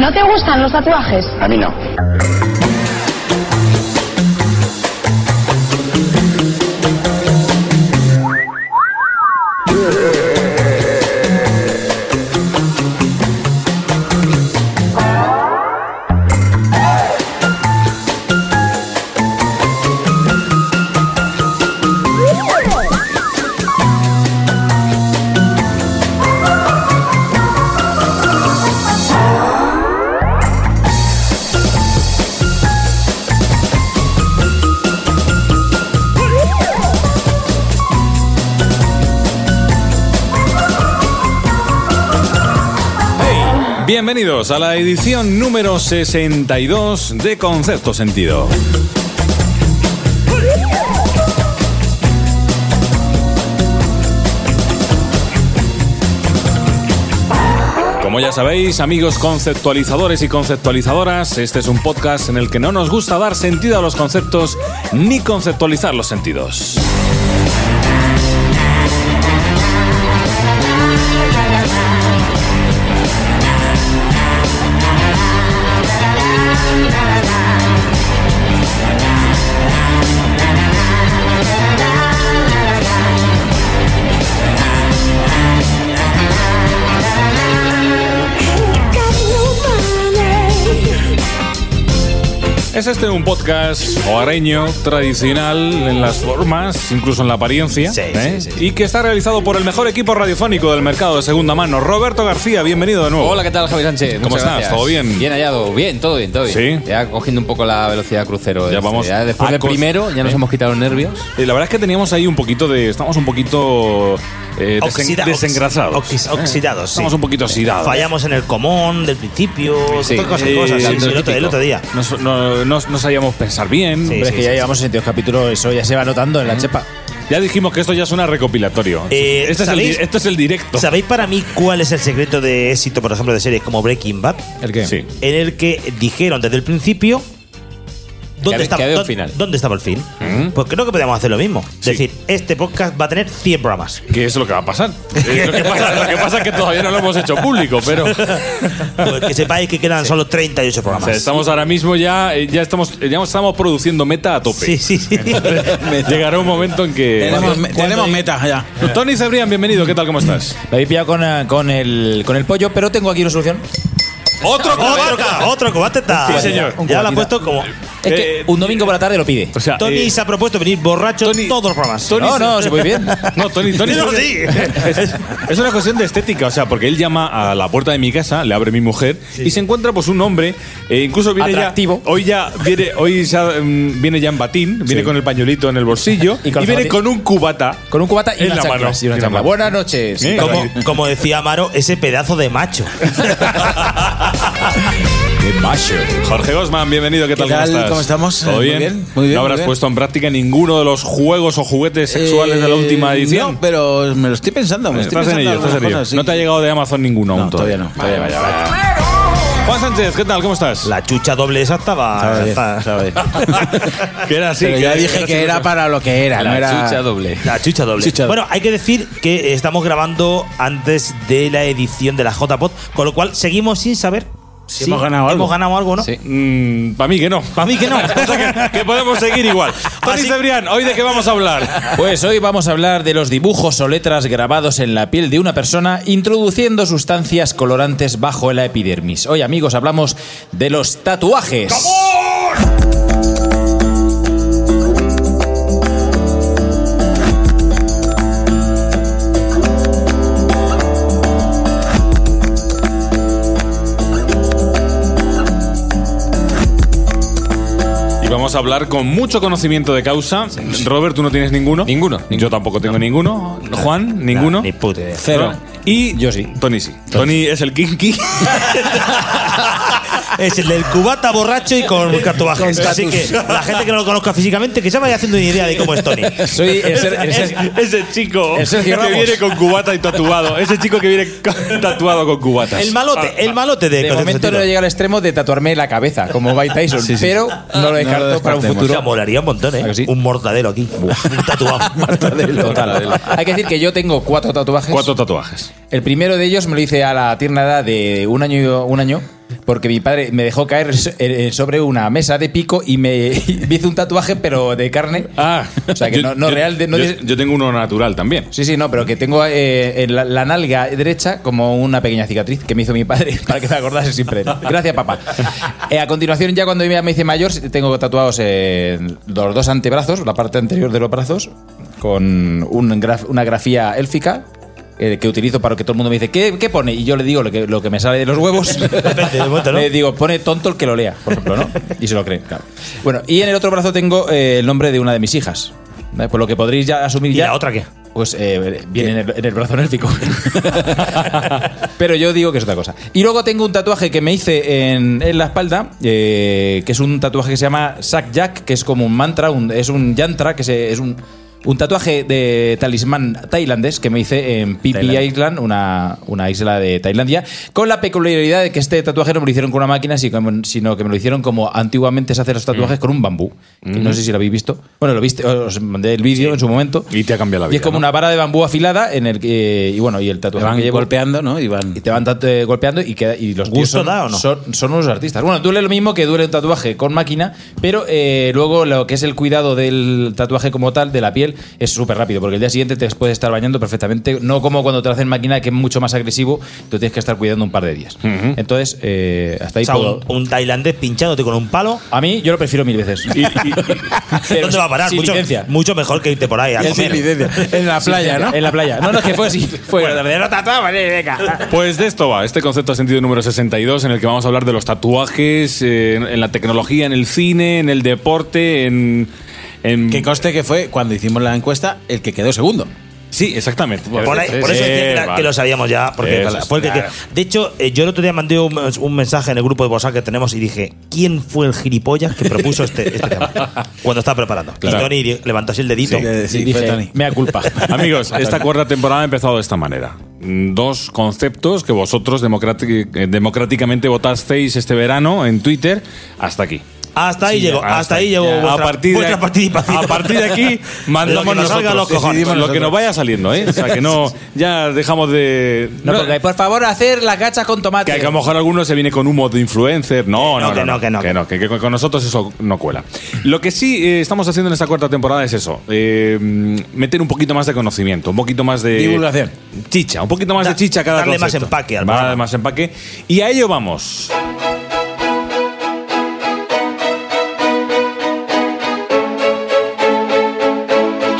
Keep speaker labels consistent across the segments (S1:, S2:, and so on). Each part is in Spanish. S1: ¿No te gustan los tatuajes?
S2: A mí no.
S3: Bienvenidos a la edición número 62 de Concepto Sentido. Como ya sabéis, amigos conceptualizadores y conceptualizadoras, este es un podcast en el que no nos gusta dar sentido a los conceptos ni conceptualizar los sentidos. ¿Es este un podcast hogareño, tradicional en las formas, incluso en la apariencia?
S4: Sí,
S3: ¿eh?
S4: sí, sí,
S3: Y que está realizado por el mejor equipo radiofónico del mercado de segunda mano, Roberto García. Bienvenido de nuevo.
S4: Hola, ¿qué tal, Javi Sánchez?
S3: ¿Cómo
S4: Muchas
S3: estás?
S4: gracias.
S3: ¿Todo bien?
S4: Bien hallado, bien, todo bien, todo bien.
S3: Sí.
S4: Ya cogiendo un poco la velocidad crucero.
S3: Ya
S4: este,
S3: vamos
S4: ya después
S3: a
S4: del
S3: cos-
S4: primero, ya nos
S3: ¿Eh?
S4: hemos quitado nervios.
S3: Eh, la verdad es que teníamos ahí un poquito de. Estamos un poquito. eh, desen-
S5: Oxida-
S3: desengrasados. Eh,
S5: oxis- oxidados, sí.
S3: Estamos un poquito oxidados.
S5: Fallamos en el común del principio,
S4: Sí,
S5: todas cosas,
S4: eh,
S5: cosas, sí,
S4: tanto
S5: sí,
S4: el
S5: el, otro, el
S4: típico.
S5: otro día.
S3: Nos- No, no- no sabíamos pensar bien.
S5: Sí.
S6: Hombre, es que ya llevamos 62 capítulos, eso ya se va notando en la chepa.
S3: Ya dijimos que esto ya es una recopilatorio.
S5: Eh,
S3: este, es el,
S5: ¿sabéis?
S3: di- esto es el directo.
S5: ¿Sabéis para mí cuál es el secreto de éxito, por ejemplo, de series como Breaking Bad?
S6: ¿El qué?
S3: Sí.
S5: En el que dijeron desde el principio
S4: Que-
S5: dónde estaba,
S4: que había un
S5: dó-
S4: final.
S5: dónde estaba el fin. Pues creo que podemos hacer lo mismo. Es
S3: Mm. Sí.
S5: decir, este podcast va a tener 100 programas.
S3: Que es lo que va a pasar. Eh, lo, que pasa lo que pasa es que todavía no lo hemos hecho público, pero.
S5: Pues que sepáis que quedan solo 38
S3: O sea,
S5: programas.
S3: estamos ahora mismo ya, eh, ya estamos, eh, ya estamos produciendo meta a tope.
S5: Sí, sí, sí.
S3: Llegará un momento en que.
S6: Tenemos, tenemos metas ya.
S3: Tony Cebrián, bienvenido, ¿qué tal? ¿Cómo estás?
S6: Me habéis pillado con, eh, con el, con el pollo, pero tengo aquí una solución.
S3: ¡Otro
S5: otro, ca- otro cobateta.
S3: Sí, señor.
S5: Ya lo ha
S6: Un
S5: puesto como.
S6: Es que
S3: Eh,
S6: un domingo por la tarde lo pide.
S3: O sea,
S5: Tony
S3: eh,
S5: se ha propuesto venir borracho
S3: Tony-
S5: todos los programas.
S3: Tony
S6: no,
S3: se-
S6: no, si voy bien.
S3: No, Tony, Tony.
S5: Eso sí.
S3: Es, es una cuestión de estética, o sea, porque él llama a la puerta de mi casa, le abre mi mujer y se encuentra pues un hombre, e incluso viene
S6: Atractivo.
S3: ya hoy ya viene hoy ya, mm, viene ya en batín, viene con el pañuelito en el bolsillo y,
S6: Y con el
S3: viene
S6: zapatillo.
S3: con un cubata
S6: Con un cubata y
S3: En
S6: una
S3: la
S6: chancla.
S3: mano,
S6: y una
S3: en la
S6: chancla.
S3: mano.
S6: Buenas noches.
S3: ¿Eh?
S6: Como-
S5: Como, como decía Amaro, ese pedazo de macho.
S6: Qué macho.
S3: Jorge Gosman, bienvenido, ¿qué tal?
S6: tal?
S3: ¿Cómo estás?
S6: ¿Cómo estamos?
S3: ¿Todo
S6: Muy
S3: bien?
S6: bien, muy bien,
S3: ¿No habrás
S6: muy bien.
S3: puesto en práctica ninguno de los juegos o juguetes sexuales de la última
S6: Eh,
S3: edición? Eh,
S6: No, pero me lo estoy pensando. Me estoy
S3: estás en
S6: pensando
S3: ello, estás en
S6: algunas
S3: ello.
S6: cosas, sí.
S3: No te ha llegado de Amazon ninguno aún
S6: No, todavía no. todavía no.
S3: Juan Sánchez, ¿qué tal? ¿Cómo estás?
S5: La chucha doble esa estaba.
S6: Estaba bien,
S5: estaba-
S6: estaba bien.
S3: Ah, que era así.
S6: Pero ya dije
S3: así,
S6: que era para lo que era, no
S4: la
S6: era.
S4: chucha doble.
S5: La chucha doble.
S6: Chucha doble.
S5: Bueno, hay que decir que estamos grabando antes de la edición de la JPod, con lo cual seguimos sin saber si
S6: hemos ganado algo.
S5: hemos ganado algo, ¿no?
S4: Sí.
S3: para Mm, mí que no.
S5: Para mí que no.
S3: O sea, que, que podemos seguir igual. Tony
S5: Así-
S3: Cebrián, ¿hoy de qué vamos a hablar?
S6: Pues hoy vamos a hablar de los dibujos o letras grabados en la piel de una persona introduciendo sustancias colorantes bajo la epidermis. Hoy, amigos, hablamos de los tatuajes.
S3: Y vamos a hablar con mucho conocimiento de causa. Robert, ¿tú no tienes ninguno?
S4: Ninguno,
S3: Yo tampoco tengo ninguno. Juan, ninguno.
S5: Ni puta idea.
S6: Cero.
S3: No. Y
S6: Yo sí.
S3: Tony sí. Tony es el kinky.
S5: Es el del cubata borracho y con tatuajes.
S6: Con
S5: Así que
S6: tatus.
S5: la gente que no lo conozca físicamente, que ya vaya haciendo una idea de cómo es Tony.
S6: Soy el ser- el ser-
S3: Ese chico
S6: El Sergio
S3: que
S6: Ramos.
S3: viene con cubata y tatuado. Ese chico que viene con- tatuado con cubatas.
S5: El malote, el malote de,
S6: de
S5: Concepto
S6: momento no
S5: Sentido.
S6: he llegado al extremo de tatuarme la cabeza, como Mike Tyson, pero no lo descarto para un
S5: O sea,
S6: futuro.
S5: molaría un montón,
S6: ¿A
S5: ¿eh?
S6: que sí?
S5: Un mortadelo aquí. Un tatuado.
S6: Total. Hay que decir que yo tengo cuatro tatuajes.
S3: Cuatro tatuajes.
S6: El primero de ellos me lo hice a la tierna edad de un año, un año porque mi padre me dejó caer so- eh, sobre una mesa de pico y me, me hizo un tatuaje, pero de carne.
S3: Ah,
S6: O sea, que no- no real de- no
S3: yo,
S6: dice-
S3: yo tengo uno natural también.
S6: Sí, sí, no, pero que tengo eh, en la, la nalga derecha como una pequeña cicatriz que me hizo mi padre para que te acordase siempre. de él. Gracias, papá. Eh, a continuación, ya cuando ya me hice mayor, tengo tatuados eh, los dos antebrazos, la parte anterior de los brazos, con un graf- una grafía élfica. eh, que utilizo para que todo el mundo me dice, ¿qué, qué pone? Y yo le digo lo que, lo que me sale de los huevos.
S5: Depende, de momento, ¿no?
S6: Le digo, pone tonto el que lo lea, por ejemplo, ¿no? Y se lo creen, claro. Bueno, y en el otro brazo tengo eh, el nombre de una de mis hijas. ¿vale? Por lo que podréis ya asumir
S5: ¿Y
S6: ya.
S5: la otra qué?
S6: Pues eh, viene en el, en el brazo nélfico. Pero yo digo que es otra cosa. Y luego tengo un tatuaje que me hice en, en la espalda, eh, que es un tatuaje que se llama Sack Jack, que es como un mantra, un- es un yantra, que se- es un, un tatuaje de talismán tailandés que me hice en Phi Phi Island, una, una isla de Tailandia, con la peculiaridad de que este tatuaje no me lo hicieron con una máquina, si- sino que me lo hicieron como antiguamente se hacen los tatuajes con un bambú. que No sé si lo habéis visto. Bueno, lo viste, os mandé el vídeo en su momento.
S3: Y te ha cambiado la vida.
S6: Y es como
S3: ¿no?
S6: una vara de bambú afilada en el que. Y bueno, y el
S7: Te
S6: tatuaje
S7: van
S6: que llevo.
S7: golpeando, ¿no? Y van.
S6: Y te van tanto, eh, golpeando y, queda- y los tíos
S5: ¿Gusto
S6: son,
S5: da o no?
S6: son, son unos artistas. Bueno, duele lo mismo que duele un tatuaje con máquina, pero eh, luego lo que es el cuidado del tatuaje como tal, de la piel, es súper rápido, porque el día siguiente te puedes estar bañando perfectamente, no como cuando te lo hacen máquina, que es mucho más agresivo, tú tienes que estar cuidando un par de días. Entonces, eh, hasta ahí
S5: O sea,
S6: puedo-
S5: un, un tailandés pinchándote con un palo.
S6: A mí yo lo prefiero mil veces.
S3: Y- y-
S6: Pero
S5: ¿Dónde va a parar?
S6: sin
S5: Mucho,
S6: licencia.
S5: mucho mejor que irte por ahí a comer.
S7: En la playa, ¿no?
S6: En la playa. No, no, es que fue así. Fue
S3: Pues de esto va, este concepto ha sentido número 62 en el que vamos a hablar de los tatuajes, eh, en, en la tecnología, en el cine, en el deporte, en... en-
S8: Que conste que fue cuando hicimos la encuesta el que quedó segundo.
S3: Sí, exactamente.
S6: Pues,
S5: Por, ahí- por eso
S3: Sí,
S5: decía que, era-
S3: vale.
S5: que lo sabíamos ya. Porque
S3: Eso es,
S5: fue el que-
S3: claro.
S5: De hecho, eh, yo el otro día mandé un, un mensaje en el grupo de WhatsApp que tenemos y dije: ¿Quién fue el gilipollas que propuso este, este tema? Cuando estaba preparando.
S3: Claro.
S5: Y Tony di- levantó así el dedito.
S8: Eh, sí, fue Tony.
S6: Mea culpa.
S3: Amigos, esta cuarta temporada ha empezado de esta manera. Mm, Dos conceptos que vosotros democráti- eh, democráticamente votasteis este verano en Twitter hasta aquí.
S5: Hasta ahí llegó, hasta, ahí llegó
S3: Ya,
S5: vuestra,
S3: a partir de,
S5: vuestra participación.
S3: A partir de aquí, mandamos
S5: Lo que nos salga
S3: nosotros.
S5: a los cojones.
S3: Decidimos Lo que nos vaya saliendo, ¿eh? O sea, que no. Ya dejamos de.
S6: No,
S3: no,
S6: porque, por favor, hacer las gachas con tomate.
S3: que a lo mejor alguno se viene con humo de influencer. No, no,
S5: Que
S3: no.
S5: no, que no, que
S3: Que, que con nosotros eso no cuela. Lo que sí eh, estamos haciendo en esta cuarta temporada es eso. eh, meter un poquito más de conocimiento, un poquito más de.
S8: Divulgación.
S3: Chicha, un poquito más
S5: Da-
S3: de chicha a cada
S5: darle más
S3: concepto.
S5: empaque al
S3: Darle
S5: programa.
S3: más empaque. Y a ello vamos.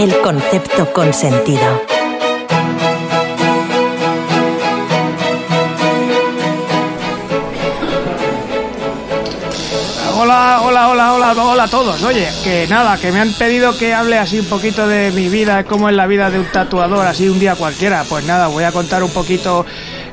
S9: El concepto consentido.
S10: Hola, hola, hola, hola, hola a todos. Oye, que nada, que me han pedido que hable así un poquito de mi vida, cómo es la vida de un tatuador, así un día cualquiera. Pues nada, voy a contar un poquito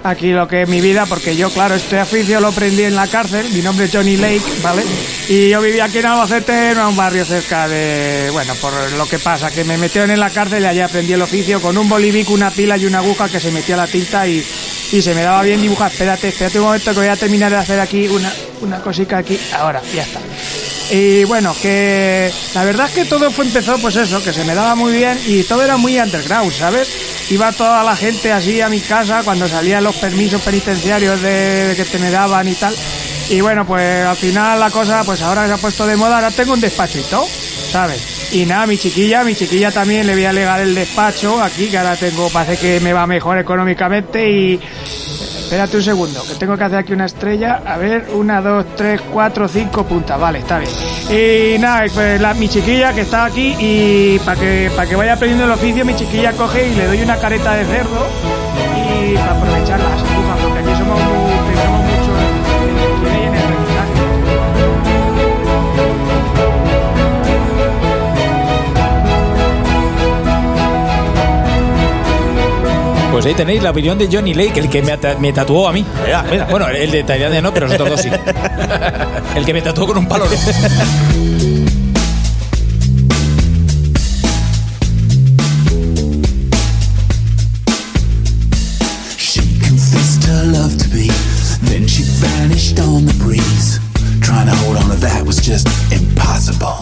S10: aquí lo que es mi vida, porque yo, claro, este oficio lo aprendí en la cárcel. Mi nombre es Johnny Lake, ¿vale? Y yo vivía aquí en Albacete, en un barrio cerca de. Bueno, por lo que pasa, que me metieron en la cárcel y allí aprendí el oficio con un bolivico, una pila y una aguja que se metía la tinta y. Y se me daba bien dibujar. Espérate, espérate un momento que voy a terminar de hacer aquí una, una cosica aquí. Ahora, ya está. Y bueno, que la verdad es que todo fue empezó pues eso, que se me daba muy bien y todo era muy underground, ¿sabes? Iba toda la gente así a mi casa cuando salían los permisos penitenciarios de, que te me daban y tal. Y bueno, pues al final la cosa, pues ahora que se ha puesto de moda, ahora tengo un despachito, ¿sabes? Y nada, mi chiquilla, mi chiquilla también le voy a alegar el despacho aquí, que ahora tengo, parece que me va mejor económicamente y, Espérate un segundo, que tengo que hacer aquí una estrella. A ver, una, dos, tres, cuatro, cinco puntas. Vale, está bien. Y nada, pues la- mi chiquilla que está aquí y para que, para que vaya aprendiendo el oficio, mi chiquilla coge y le doy una careta de cerdo y para aprovecharla, se empuja, porque aquí somos muy, pensamos mucho en, en, el- en el reciclaje.
S6: Pues ahí tenéis la opinión de Johnny Lake, el que me, ata- me tatuó a mí.
S5: Mira, mira.
S6: Bueno, el de Tailandia no, pero nosotros dos sí. El que me tatuó con un palo no.
S11: She confessed her love to me, then she vanished on the breeze. Trying to hold on to that was just impossible.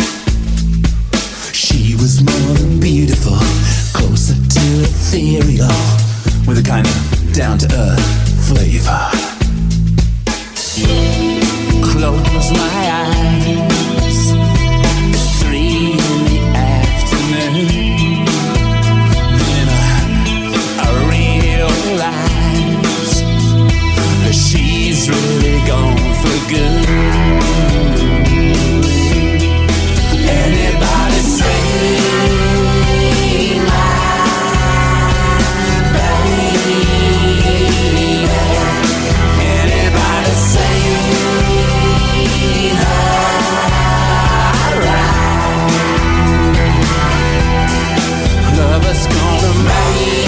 S11: She was more than beautiful, closer to ethereal, with a kind of down to earth flavor.
S12: close my eyes. It's three in the afternoon. Then I, I realize that she's really gone for good. Anybody say Anybody seen her ride? Lovers gonna make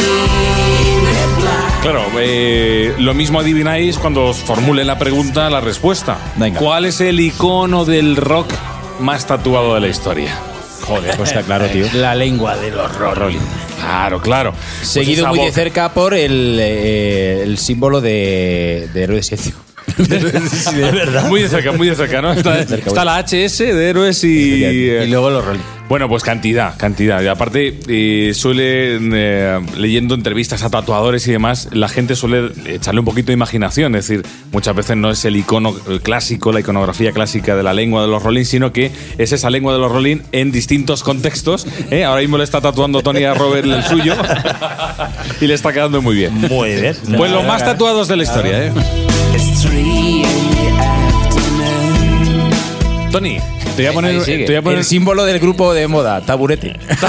S12: me blind.
S3: Claro, eh, lo mismo adivináis cuando os formule la pregunta la respuesta.
S6: Venga.
S3: ¿Cuál es el icono del rock más tatuado de la historia? Joder, pues está claro, tío.
S11: La lengua del horror.
S3: Claro, claro. Pues
S6: Pues Seguido muy de
S3: cerca.
S6: cerca por el, eh, el símbolo de, de héroe de silencio.
S3: Muy de cerca, muy de cerca, ¿no? Está, está la HS de héroes y. eh,
S11: Y luego los Rolling.
S3: Bueno, pues cantidad, cantidad. Y aparte, eh, suelen, eh, leyendo entrevistas a tatuadores y demás, la gente suele echarle un poquito de imaginación. Es decir, muchas veces no es el icono el clásico, la iconografía clásica de la lengua de los Rolling, sino que es esa lengua de los Rolling en distintos contextos. ¿eh? Ahora mismo le está tatuando Tony a Robert el suyo y le está quedando muy bien.
S5: Muy bien.
S3: Pues los más tatuados de la historia, ¿eh?
S12: It's three in the afternoon.
S3: Tony, te voy a
S6: Ahí
S3: poner.
S6: sigue.
S3: Te voy a poner
S6: El símbolo del grupo de moda, taburete.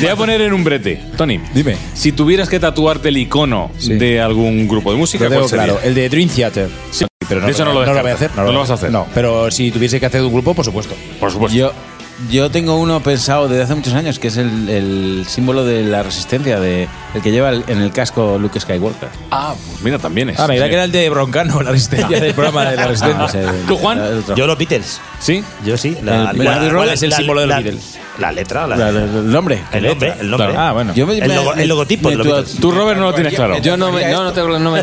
S3: Te voy a poner en un brete, Tony.
S6: Dime.
S3: Si tuvieras que tatuarte el icono de algún grupo de música,
S6: Lo tengo
S3: ¿cuál sería?
S6: claro, el de Dream Theater.
S3: Sí,
S6: Pero
S3: de eso no lo,
S6: voy a hacer. Pues-
S3: descartas. No lo vas a hacer.
S6: No, pero si tuviese que hacer de un grupo, por supuesto.
S3: Por supuesto.
S11: Yo, yo tengo uno pensado desde hace muchos años que es el, el símbolo de la resistencia, de, el que lleva el- en el casco Luke Skywalker.
S3: Ah, pues mira, también es.
S6: Ah,
S3: Sí.
S6: me dirá que era el de Broncano, la resistencia del programa de la
S11: Ah, No sé,
S6: resistencia.
S11: el-
S3: ¿Tú, Juan?
S11: el otro.
S5: Yo los Beatles.
S3: Sí.
S5: Yo sí.
S11: El- el Andy
S6: Roll es el símbolo de los
S5: la-
S6: Beatles.
S5: La letra, la-
S11: La- la- el nombre.
S5: el nombre, el nombre.
S6: Ah, bueno.
S11: Yo me-
S5: El logo- el logotipo de los
S11: tu-
S5: Beatles.
S3: Tú, Robert, no lo tienes claro.
S13: Yo no me, no, no, te, no, me, no, no, me-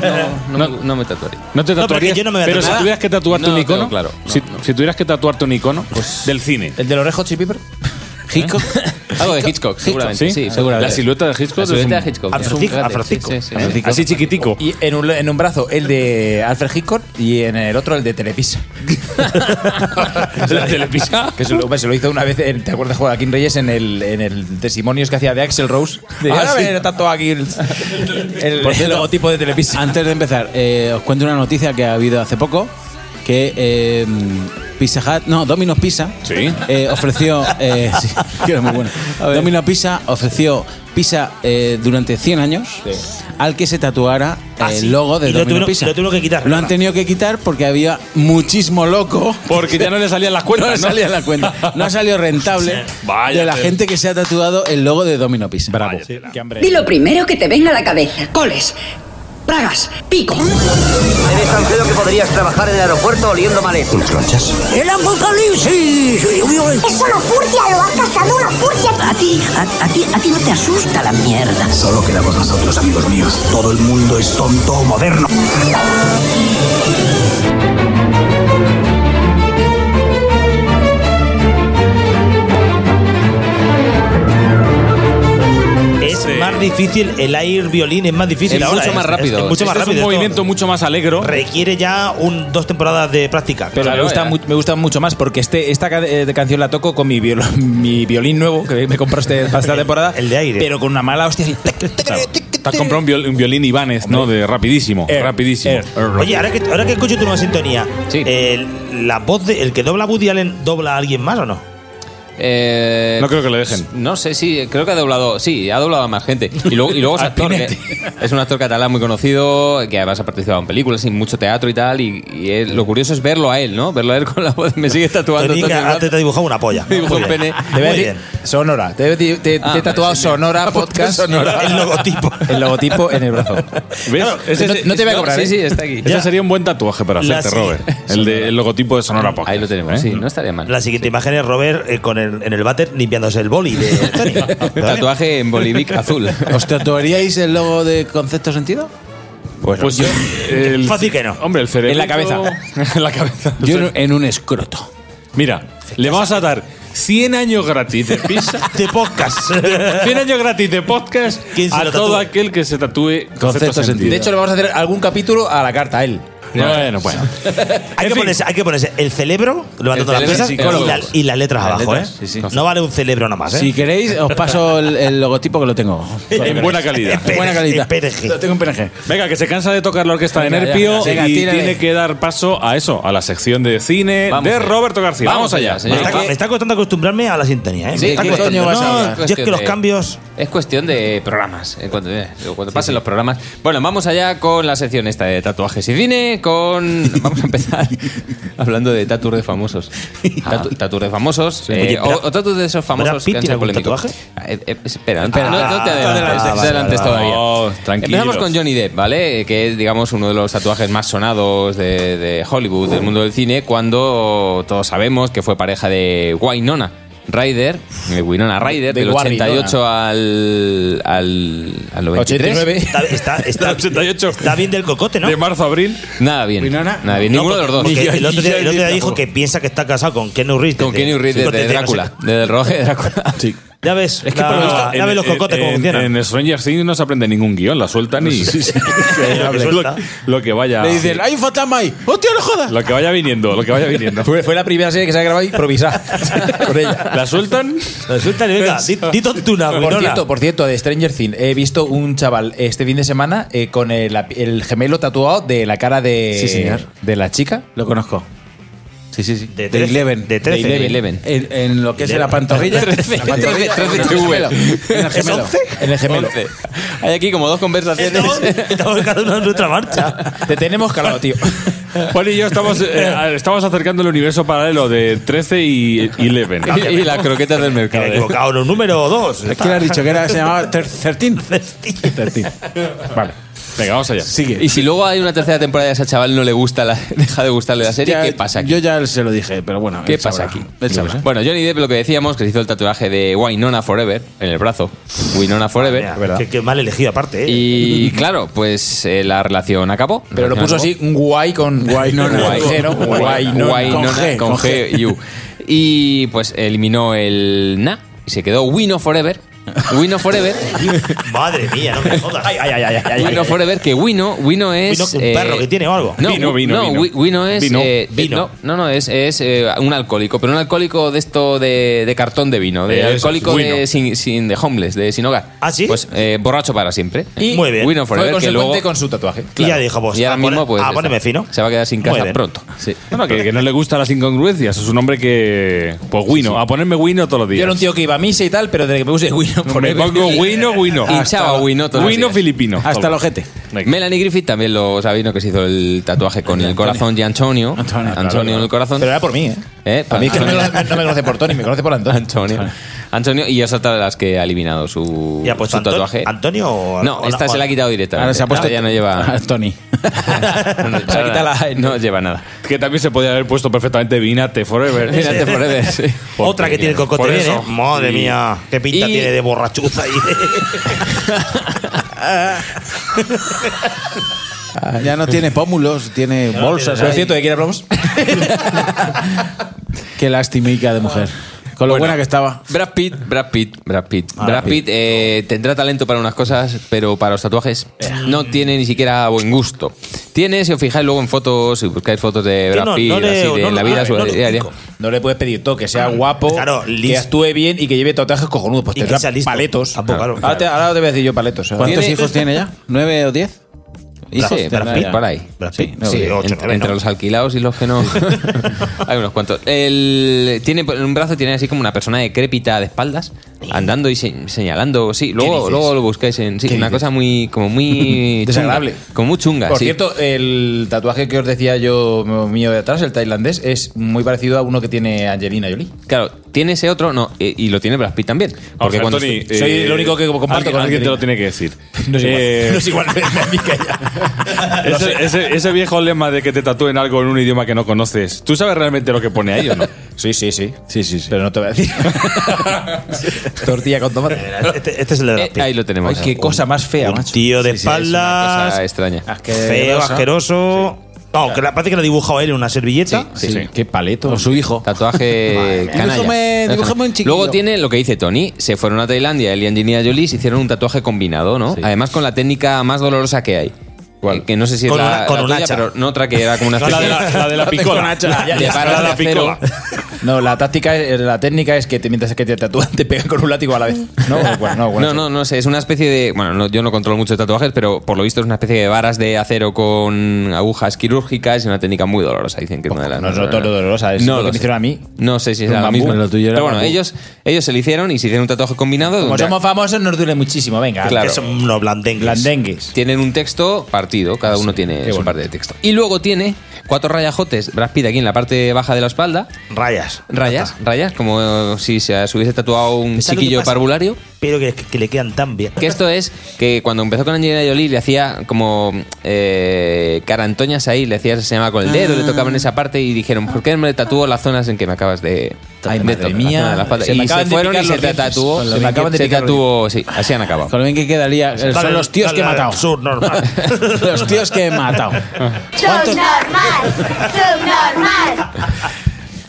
S13: no me tatuaría.
S3: No te
S5: No, pero
S3: tatuarías.
S5: que yo no me voy a
S3: pero si
S5: tatuar.
S3: tuvieras que
S13: No,
S3: tatuarte un
S13: no tengo
S3: icono,
S13: claro. No,
S3: si,
S13: no.
S3: si tuvieras que tatuarte un icono del cine.
S6: ¿El de los Red Hot Chili Peppers? ¿Eh?
S11: Hitchcock.
S13: Algo de Hitchcock, seguramente.
S3: ¿Sí?
S13: Sí,
S3: La silueta de Hitchcock.
S13: La
S3: es
S13: silueta
S3: un-
S13: de Hitchcock.
S5: Afro-
S13: Es un gato,
S5: Afrocico.
S13: sí, sí, sí.
S11: Afrocico.
S3: Así chiquitico.
S6: Y en un, en un brazo el de Alfred Hitchcock y en el otro el de Telepisa.
S3: ¿La telepisa?
S6: Que se lo, hombre, se lo hizo una vez, en- ¿te acuerdas, Joaquín Reyes, en el, en el testimonios que hacía de Axel Rose? De,
S11: Ah,
S6: Ahora
S11: sí.
S6: me tatúo aquí el, el- el logotipo de Telepisa.
S11: Antes de empezar, eh, os cuento una noticia que ha habido hace poco, que eh, Pizza Hut, no, Domino's Pizza,
S3: Sí.
S11: eh, ofreció, eh, sí, que era muy bueno. Domino's Pizza ofreció pizza eh, durante 100 años al que se tatuara
S5: Ah,
S11: el
S5: sí.
S11: logo de
S5: Y lo
S11: Domino's
S5: tuvieron-
S11: Pizza.
S5: lo tuvieron que quitar.
S11: Lo han tenido que quitar porque había muchísimo loco.
S3: Porque ya no le salían las
S11: No
S3: cuentas.
S11: le
S3: ¿no?
S11: salía la cuenta. No ha salido rentable
S3: Vaya
S11: de la
S3: que-
S11: gente que se ha tatuado el logo de Domino Pizza.
S3: Ah,
S1: Di lo primero que te venga a la cabeza. Coles, bragas, pico.
S2: Eres tan feo que podrías trabajar en el aeropuerto oliendo maleta. ¿Unas lonchas?
S1: ¡El apocalipsis! Es una furcia, lo ha cazado una furcia. A ti, a, a ti, a ti no te asusta la mierda.
S2: Solo quedamos nosotros, amigos míos. Todo el mundo es tonto o moderno.
S5: Es
S3: Sí.
S5: más difícil, el air violín es más difícil.
S13: Es
S5: ahora,
S13: mucho más rápido.
S5: Es, mucho
S13: Este
S5: más
S3: Este es
S5: rápido.
S3: un
S5: esto
S3: movimiento mucho más alegro.
S5: Requiere ya un, dos temporadas de práctica.
S6: Pero me,
S13: Claro,
S6: gusta
S13: ya.
S6: mu- me gusta mucho más porque este, esta ca- eh, canción la toco con mi, violo- mi violín nuevo que me
S3: este
S6: compraste para esta temporada.
S5: El de aire.
S6: Pero con una mala hostia. así.
S3: Te has comprado un, viol- un violín Ibanez, ¿no? De rapidísimo.
S6: Air,
S3: rapidísimo.
S6: air.
S5: eh, Oye, ahora que, ahora que escucho tu nueva sintonía,
S13: Sí.
S5: el, la voz de, el que dobla a Woody Allen dobla a alguien más o no?
S13: Eh,
S3: No creo que lo dejen.
S13: No sé, sí, creo que ha doblado, sí, ha doblado a más gente. Y luego, y luego es
S6: Al
S13: actor, que
S6: Pinete.
S13: es un actor catalán muy conocido, que además ha participado en películas y mucho teatro y tal, y, y él- lo curioso es verlo a él, ¿no? Verlo a él con la voz, me sigue tatuando.
S5: Tony, que
S13: Tony
S5: antes te ha dibujado una polla.
S13: Me dibujó
S5: Muy
S13: un
S5: bien.
S13: pene.
S6: Te voy a
S5: Muy
S6: decir-
S5: bien.
S6: Sonora. Te, te- te-
S13: Ah,
S6: te he tatuado Sonora Podcast.
S5: El logotipo.
S6: El logotipo en el brazo.
S3: ¿Ves? Ese-
S6: no, no te voy a cobrar.
S13: Sí,
S6: ¿eh?
S13: sí, está aquí.
S3: Ese sería un buen tatuaje para
S5: La
S3: hacerte,
S5: sí.
S3: Robert. El, de, el logotipo de Sonora Podcast.
S13: Ahí lo tenemos,
S3: ¿eh?
S13: sí, no estaría mal.
S5: La siguiente imagen es Robert eh, con el, en el váter limpiándose el boli de Tony.
S13: Tatuaje en Bolivic azul.
S11: ¿Os tatuaríais el logo de Concepto Sentido?
S3: Pues, yo. el-
S5: Fácil que no.
S3: Hombre, el cerebro.
S6: En la cabeza.
S3: en la cabeza.
S11: Yo en- en un escroto.
S3: Mira, le vamos a dar 100 años gratis de pizza.
S5: De Este podcast.
S3: 100 años gratis de podcast
S5: ¿Quién se
S3: a
S5: lo
S3: todo
S5: tatúa?
S3: aquel que se tatúe
S11: Concepto
S3: concepto
S11: sentido.
S3: sentido.
S6: De hecho, le vamos a hacer algún capítulo a la carta a él. ¿Eh?
S3: Bueno, bueno.
S5: Hay, que ponerse, hay que ponerse el cerebro levantando
S14: El
S5: las
S14: cerebro,
S5: pesas y,
S14: el psicólogo.
S5: la- y las letras
S14: Las
S5: abajo,
S14: letras,
S5: ¿eh?
S14: sí, sí.
S5: No vale un cerebro nada más, ¿eh?
S14: Si queréis, os paso el, el logotipo que lo tengo.
S3: En buena calidad.
S14: En buena calidad.
S5: En PNG.
S14: Lo tengo en PNG.
S3: Venga, que se cansa de tocar la orquesta de
S14: Venga, ya,
S3: Nerpio
S14: ya, venga,
S3: y
S14: tírale.
S3: tiene que dar paso a eso, a la sección de cine
S6: Vamos
S3: de
S6: allá.
S3: Roberto García. Vamos,
S6: Vamos
S3: allá,
S6: allá,
S5: Me
S3: señor.
S5: está, me está costando acostumbrarme a la sintonía, ¿eh?
S6: Sí,
S5: Me está
S6: ¿qué
S5: costando.
S6: coño vas a
S5: No,
S6: hablar?
S5: yo es que los
S6: Cuestión de-
S5: cambios...
S6: Es cuestión de programas. En cuanto, eh, cuando pasen los programas. Bueno, vamos allá con la sección esta de tatuajes y cine. Con vamos a empezar hablando de tatur de famosos. Tatu, tatur de famosos. eh,
S5: Oye,
S6: o,
S5: pero-
S6: o tatur de esos
S5: ¿Brad
S6: famosos
S5: Pitt
S6: que han
S5: tiene
S6: sido
S5: algún
S6: polémicos.
S5: tatuaje?
S6: Eh, eh, espera, no, no- no te
S5: Ah,
S6: adelantes,
S5: vale,
S6: no
S5: vale,
S6: te adelantes
S5: vale,
S6: todavía.
S3: Oh, tranquilos.
S6: Empezamos con Johnny Depp, ¿vale? Que es, digamos, uno de los tatuajes más sonados de, de Hollywood, del mundo del cine, cuando todos sabemos que fue pareja de Winona Ryder, eh, Winona Ryder,
S11: De
S6: del
S11: Warridona.
S6: 88 al, al, al 93.
S11: 89.
S5: Está, está, está-
S3: 88
S5: está bien del cocote, ¿no?
S3: de marzo a abril.
S6: Nada bien.
S14: Winona.
S6: Nada bien.
S5: No,
S6: Ninguno de los dos.
S5: porque el otro día, el otro día dijo
S6: tampoco.
S5: que piensa que está casado con Keanu Reeves.
S6: Con
S5: desde-
S6: Kenny Reed de,
S5: desde-
S6: de
S5: desde-
S6: Drácula. De Roge de Drácula. Sí.
S5: Ya ves, es que
S3: Por lo visto,
S5: ya ves los cocotes cómo
S3: en-
S5: funcionan.
S3: En Stranger Things no se aprende ningún guión, la sueltan y
S5: Lo que
S3: lo,
S5: suelta.
S3: lo que vaya
S14: Le dicen, hay un fantasma ahí. ¡Hostia, no jodas!
S3: lo que vaya viniendo, lo que vaya viniendo.
S11: Fue, fue la primera serie que se ha grabado improvisada con ella.
S3: La sueltan
S5: Resulta que, venga, di, di tontuna,
S11: Por
S5: Winona.
S11: cierto, por cierto, de Stranger Things, he visto un chaval este fin de semana eh, con el, el gemelo tatuado de la cara de,
S14: Sí, señor.
S11: de la chica.
S14: Lo conozco. Sí, sí, sí.
S5: De 13,
S14: Eleven.
S5: de 13.
S14: Eleven.
S6: Eleven.
S14: En, en lo que es en la pantorrilla.
S6: Trece.
S14: La pantorrilla.
S6: Trece,
S14: en el
S6: trece
S14: gemelo.
S6: TV.
S14: En el gemelo.
S11: En el gemelo.
S6: Once. Hay aquí como dos conversaciones.
S5: Estamos, estamos cada uno en nuestra marcha.
S11: Te tenemos calado, tío.
S3: Juan y yo estamos, eh, estamos acercando el universo paralelo de 13 y 11.
S6: y, y las croquetas del
S5: Que me he
S6: mercado. eh.
S5: equivocado, los número dos.
S14: ¿Qué le has dicho? Que era, se llamaba Ter- Certín.
S5: Está-
S3: Vale. Venga, vamos allá.
S14: Sigue.
S6: Y si luego hay una tercera temporada y a ese chaval no le gusta, la, deja de gustarle la serie,
S14: Ya-
S6: ¿qué pasa aquí?
S14: Yo ya se lo dije, pero bueno.
S6: ¿Qué
S14: él
S6: pasa
S14: sabrá.
S6: aquí?
S14: Él sabrá.
S6: Bueno, Johnny Depp, lo que decíamos, que se hizo el tatuaje de Winona Forever en el brazo. Winona
S5: Mira,
S6: Forever.
S5: qué, qué mal elegido, aparte. ¿eh?
S6: Y claro, pues eh, la relación acabó.
S11: Pero lo puso así, un guay con. Guay,
S14: no, no.
S6: Guay,
S11: G, ¿no? Guay, no, no.
S6: Guay,
S14: con
S6: no,
S14: G,
S6: con
S14: con
S6: G, you. Y pues eliminó el na y se quedó Wino Forever. Wino Forever.
S5: Madre mía, no me jodas. ay, ay, ay, ay,
S6: Wino Forever, que Wino, Wino es. eh,
S5: Wino, que un perro que tiene o algo.
S6: No,
S3: Vino,
S6: Wi-
S3: vino,
S6: no,
S3: vino.
S6: Wi- Wino es.
S3: Vino.
S6: eh,
S5: Vino.
S6: no, No, no, es, es eh, un alcohólico, pero un alcohólico de esto de, de cartón de vino, de
S3: Eso es,
S6: alcohólico
S3: Wino.
S6: de, sin, sin- de homeless, de sin hogar.
S5: ¿Ah, sí?
S6: Pues eh, borracho para siempre.
S11: Y
S5: Muy bien.
S6: Wino
S11: fue
S6: Forever, que
S11: consecuente
S6: luego.
S11: con su tatuaje.
S5: Y ya dijo, pues,
S6: y ahora
S5: a poner-
S6: mismo, pues.
S5: a
S6: está.
S5: ponerme fino.
S6: Se va a quedar sin
S5: Muy
S6: casa
S5: bien.
S6: pronto.
S3: Bueno, que, que no le gustan las incongruencias. Es un hombre que. Pues Wino, a ponerme Wino todos los días.
S11: Yo era un tío que iba a misa y tal, pero desde que me puse Wino
S3: Me
S11: Forever.
S3: pongo Wino, Wino.
S11: Ah,
S6: Y chao, Wino todos los
S3: Wino
S6: días.
S3: filipino.
S14: Hasta el ojete.
S3: Venga.
S6: Melanie Griffith también lo sabéis, ¿no? Que se hizo el tatuaje con el corazón de Antonio. Antonio,
S14: Antonio,
S6: en el corazón.
S11: Pero era por mí, ¿eh?
S6: Eh,
S11: A mí es que no me,
S6: Antonio.
S11: no me conoce por Tony, me conoce por Antonio.
S6: Antonio. Antonio, y es otra de las que ha eliminado su,
S5: Ya, pues
S6: su
S5: Anto-
S6: tatuaje.
S5: Antonio o
S6: No,
S5: o-
S6: esta
S5: o-
S6: se la ha quitado directamente.
S14: Ahora se ha puesto.
S6: Esta ya no lleva.
S14: Tony.
S6: no,
S11: Se ha quitado la-
S6: no lleva nada.
S3: Que también se podía haber puesto perfectamente Vinate Forever.
S6: Mírate forever, sí.
S5: Otra que tiene el cocote
S3: Por
S5: bien,
S3: eso.
S5: ¿eh? Madre
S3: Y-
S5: mía, qué pinta
S6: y-
S5: tiene de borrachuza y
S14: Ya no tiene pómulos, tiene bolsas. ¿eh?
S11: Por
S14: ahí.
S11: cierto, eh, ¿de quién hablamos?
S14: Qué lastimica de mujer. Con lo buena que estaba.
S6: Brad Pitt, Brad Pitt, Brad Pitt.
S5: Ah,
S6: Brad Pitt eh, tendrá talento para unas cosas, pero para los tatuajes
S5: Eh.
S6: no tiene ni siquiera buen gusto. Tiene, si os fijáis luego en fotos, si buscáis fotos de
S5: Yo
S6: Brad
S5: no-
S6: Pitt,
S5: no le-
S6: así de
S5: no lo-
S6: la vida
S5: ah, no lo
S6: diaria.
S5: ubico.
S11: No le puedes pedir todo, que sea guapo,
S5: Claro,
S11: que
S5: listo.
S11: actúe bien y que lleve tatuajes cojonudos. Pues
S5: Y que
S11: tendrá
S5: sea listo.
S11: paletos.
S5: Tampoco, claro.
S11: ahora, te, ahora te voy a decir yo paletos. ¿eh?
S14: ¿Cuántos
S6: Tiene-
S14: hijos tiene ya? ¿Nueve o diez?
S6: Y
S5: Brad-
S6: sí,
S5: Brad
S6: por
S5: Pitt.
S6: por ahí.
S5: Brad Pitt,
S6: Sí, sí,
S5: nueve, ocho,
S6: entre,
S5: nueve,
S6: entre
S5: ¿no?
S6: los alquilados y los que no. Hay unos cuantos. El, tiene en un brazo tiene así como una persona decrépita de espaldas, andando y se- señalando. Sí, luego,
S5: dices?
S6: luego lo buscáis en. Sí,
S11: ¿Qué
S6: una
S11: dices?
S6: cosa muy. como muy. chunga,
S11: Desagradable.
S6: como muy chunga.
S11: Por
S6: sí.
S11: cierto, el tatuaje que os decía yo mío de atrás, el tailandés, es muy parecido a uno que tiene Angelina Jolie.
S6: Claro, tiene ese otro, no, eh, y lo tiene Brad Pitt también. Porque cuando
S3: Tony,
S11: soy el único que comparto
S3: eh, alguien,
S11: con
S3: alguien te
S11: Angelina.
S3: lo tiene que decir.
S11: No es igual.
S3: Eh,
S11: no es igual que a mí que a ella.
S3: ese, ese- ese viejo lema de que te tatúen algo en un idioma que no conoces. ¿Tú sabes realmente lo que pone ahí o no?
S11: Sí, sí, sí. Sí, sí, Pero no te voy a decir. Tortilla con tomate.
S5: este, este es el de Brad
S6: Eh,
S5: Pitt.
S6: ahí lo tenemos.
S11: Ay, qué cosa más fea,
S5: Un
S11: macho.
S5: tío de
S6: Sí, sí, es una cosa
S5: espaldas,
S6: extraña.
S5: feo, asqueroso. No, que la, parece que lo ha dibujado él en una servilleta.
S6: Sí, sí.
S14: Qué paleto. O su hijo.
S6: Tatuaje canalla.
S14: Dibújame- dibújame un chiquillo.
S6: Luego tiene lo que dice Tony. Se fueron a Tailandia, él y Angelina Jolie se hicieron un tatuaje combinado, ¿no? Además con la técnica más dolorosa que hay. eh, que no sé si
S5: Con
S6: es la,
S5: una- con
S6: la
S5: un
S6: tuya,
S5: hacha.
S6: pero no otra que era como una
S5: La de la- la de la picola.
S6: Con hacha.
S5: La-
S6: De
S5: la-
S6: varas
S5: la
S6: de acero.
S5: picola.
S11: No, la táctica, es- la técnica es que te, mientras que te tatúan, te pegan con un látigo a la vez. No, bueno, no, bueno.
S6: No, no, no sé, es una especie de... Bueno, no- yo no controlo mucho de tatuajes, pero por lo visto es una especie de varas de acero con agujas quirúrgicas y una técnica muy dolorosa, dicen que es una de las...
S11: No es lo- dolorosa, es
S6: No
S11: lo
S6: lo
S11: que me
S6: sé.
S11: hicieron a mí.
S6: No sé si es
S11: Con
S6: la
S11: bambú.
S6: misma.
S11: Lo tuyo era
S6: pero bueno,
S11: bambú.
S6: ellos, ellos se lo hicieron y se hicieron un tatuaje combinado.
S11: Como
S6: donde-
S11: somos famosos, nos duele muchísimo. Venga,
S6: Claro.
S11: que son
S5: unos blandengues.
S11: blandengues.
S6: Tienen un texto partido, cada uno tiene su parte de texto. Y luego tiene cuatro rayajotes, Brad Pitt aquí en la parte baja de la espalda.
S5: Rayas.
S6: Rayas, rayas, como si se se hubiese tatuado un
S5: ¿Sabes lo que
S6: chiquillo
S5: pasa?
S6: parvulario.
S5: Pero que, que le quedan tan bien.
S6: Que esto es que cuando empezó con Angelina Jolie le hacía como eh, carantoñas ahí, le hacía, se llamaba con el dedo,
S11: Ah.
S6: le tocaban esa parte y dijeron, ¿por qué me tatúo las zonas en que me acabas de,
S11: Ay,
S6: de
S11: madre
S6: tocar,
S11: mía.
S6: la zona de la espalda?
S11: Se me
S6: y
S11: acaban
S6: se
S11: de
S6: fueron y
S11: picar
S6: se
S11: los dientes.
S6: tatuó,
S11: Con lo
S6: se,
S11: bien que-
S6: acaban de
S11: se
S6: picar
S11: tatuó-
S6: tatuó, sí, así han acabado.
S14: Con lo bien que quedaría. eh,
S5: Dale,
S14: Son los tíos
S5: dale
S14: que he
S5: al
S14: matado.
S5: Sur normal.
S14: Los tíos que he matado. ¿Cuántos?
S1: normal! ¡Subnormal!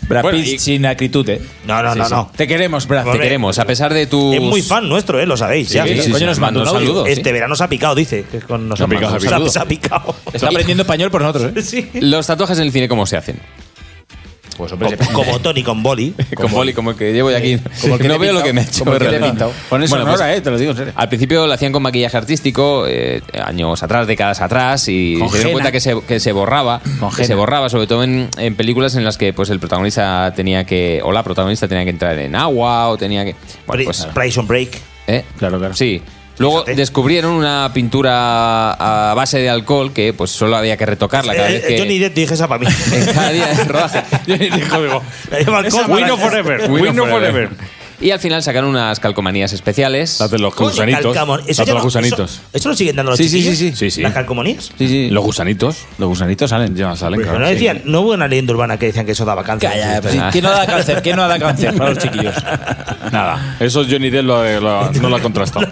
S11: Brad
S6: Bueno,
S11: Pitt
S6: y-
S11: sin acritud, eh.
S5: No, no,
S6: Sí,
S5: no,
S6: sí.
S5: no.
S11: Te queremos, Brad.
S6: Te
S5: Hombre,
S6: queremos, a pesar de tu...
S5: Es muy fan nuestro, ¿eh? Lo sabéis.
S6: Sí,
S5: ya.
S6: sí, sí,
S11: Coño, nos mandó
S6: un
S11: un audio.
S6: saludo. sí.
S5: Este verano se ha picado, dice. que con nos
S6: Se ha
S5: ha
S6: picado,
S5: mandado.
S6: se ha picado.
S5: Se ha picado.
S11: Está aprendiendo español por nosotros, eh.
S5: Sí.
S6: Los tatuajes en el cine, ¿cómo se hacen? pues,
S5: Como, como Tony con Boli.
S6: Con boli, como el que llevo yo aquí.
S11: Como el que
S6: no
S11: te he
S6: veo lo
S11: pintado.
S6: que me he hecho.
S11: Como el que te he
S6: realmente.
S11: pintado. Con eso
S6: Bueno,
S11: no,
S6: pues,
S11: ahora, eh, te lo digo en serio.
S6: Al principio lo hacían con maquillaje artístico, eh, años atrás, décadas atrás, y
S11: Con
S6: se dieron
S11: henna.
S6: cuenta que se, que se borraba.
S11: Con
S6: Que se
S11: henna.
S6: borraba, sobre todo en, en películas en las que pues el protagonista tenía que. O la protagonista tenía que entrar en agua, o tenía que. Bueno, pues.
S5: Pri- Prison Break.
S6: ¿eh?
S11: Claro, claro.
S6: Sí. Luego
S5: Fíjate.
S6: descubrieron una pintura a base de alcohol que pues solo había que retocarla cada
S5: Eh,
S6: vez que.
S5: Johnny Depp dije esa para mí.
S6: en cada día de rodaje.
S5: La lleva al codo.
S3: Wino forever.
S6: Win
S3: Wino
S6: or
S3: forever.
S6: Y al final sacaron unas calcomanías especiales.
S3: Las de los
S5: Coño,
S3: gusanitos.
S5: calcamon-
S3: Las
S5: Eso,
S3: de
S5: ya
S3: los
S5: no-
S3: gusanitos.
S5: eso, eso lo siguen dando los
S14: Sí, sí,
S5: chiquillos.
S14: sí,
S3: sí. Sí, sí.
S5: Las calcomanías.
S14: Sí, sí.
S3: Los gusanitos.
S14: Los gusanitos salen.
S3: Ya salen,
S5: Pero
S3: claro.
S5: no
S3: Sí.
S5: decían, no hubo una leyenda urbana que decían que eso daba cáncer.
S11: Calla, pues, ¿Quién no da cáncer? ¿Quién no da cáncer para los chiquillos?
S3: Nada. Eso Johnny Depp lo ha- lo ha- no lo ha contrastado.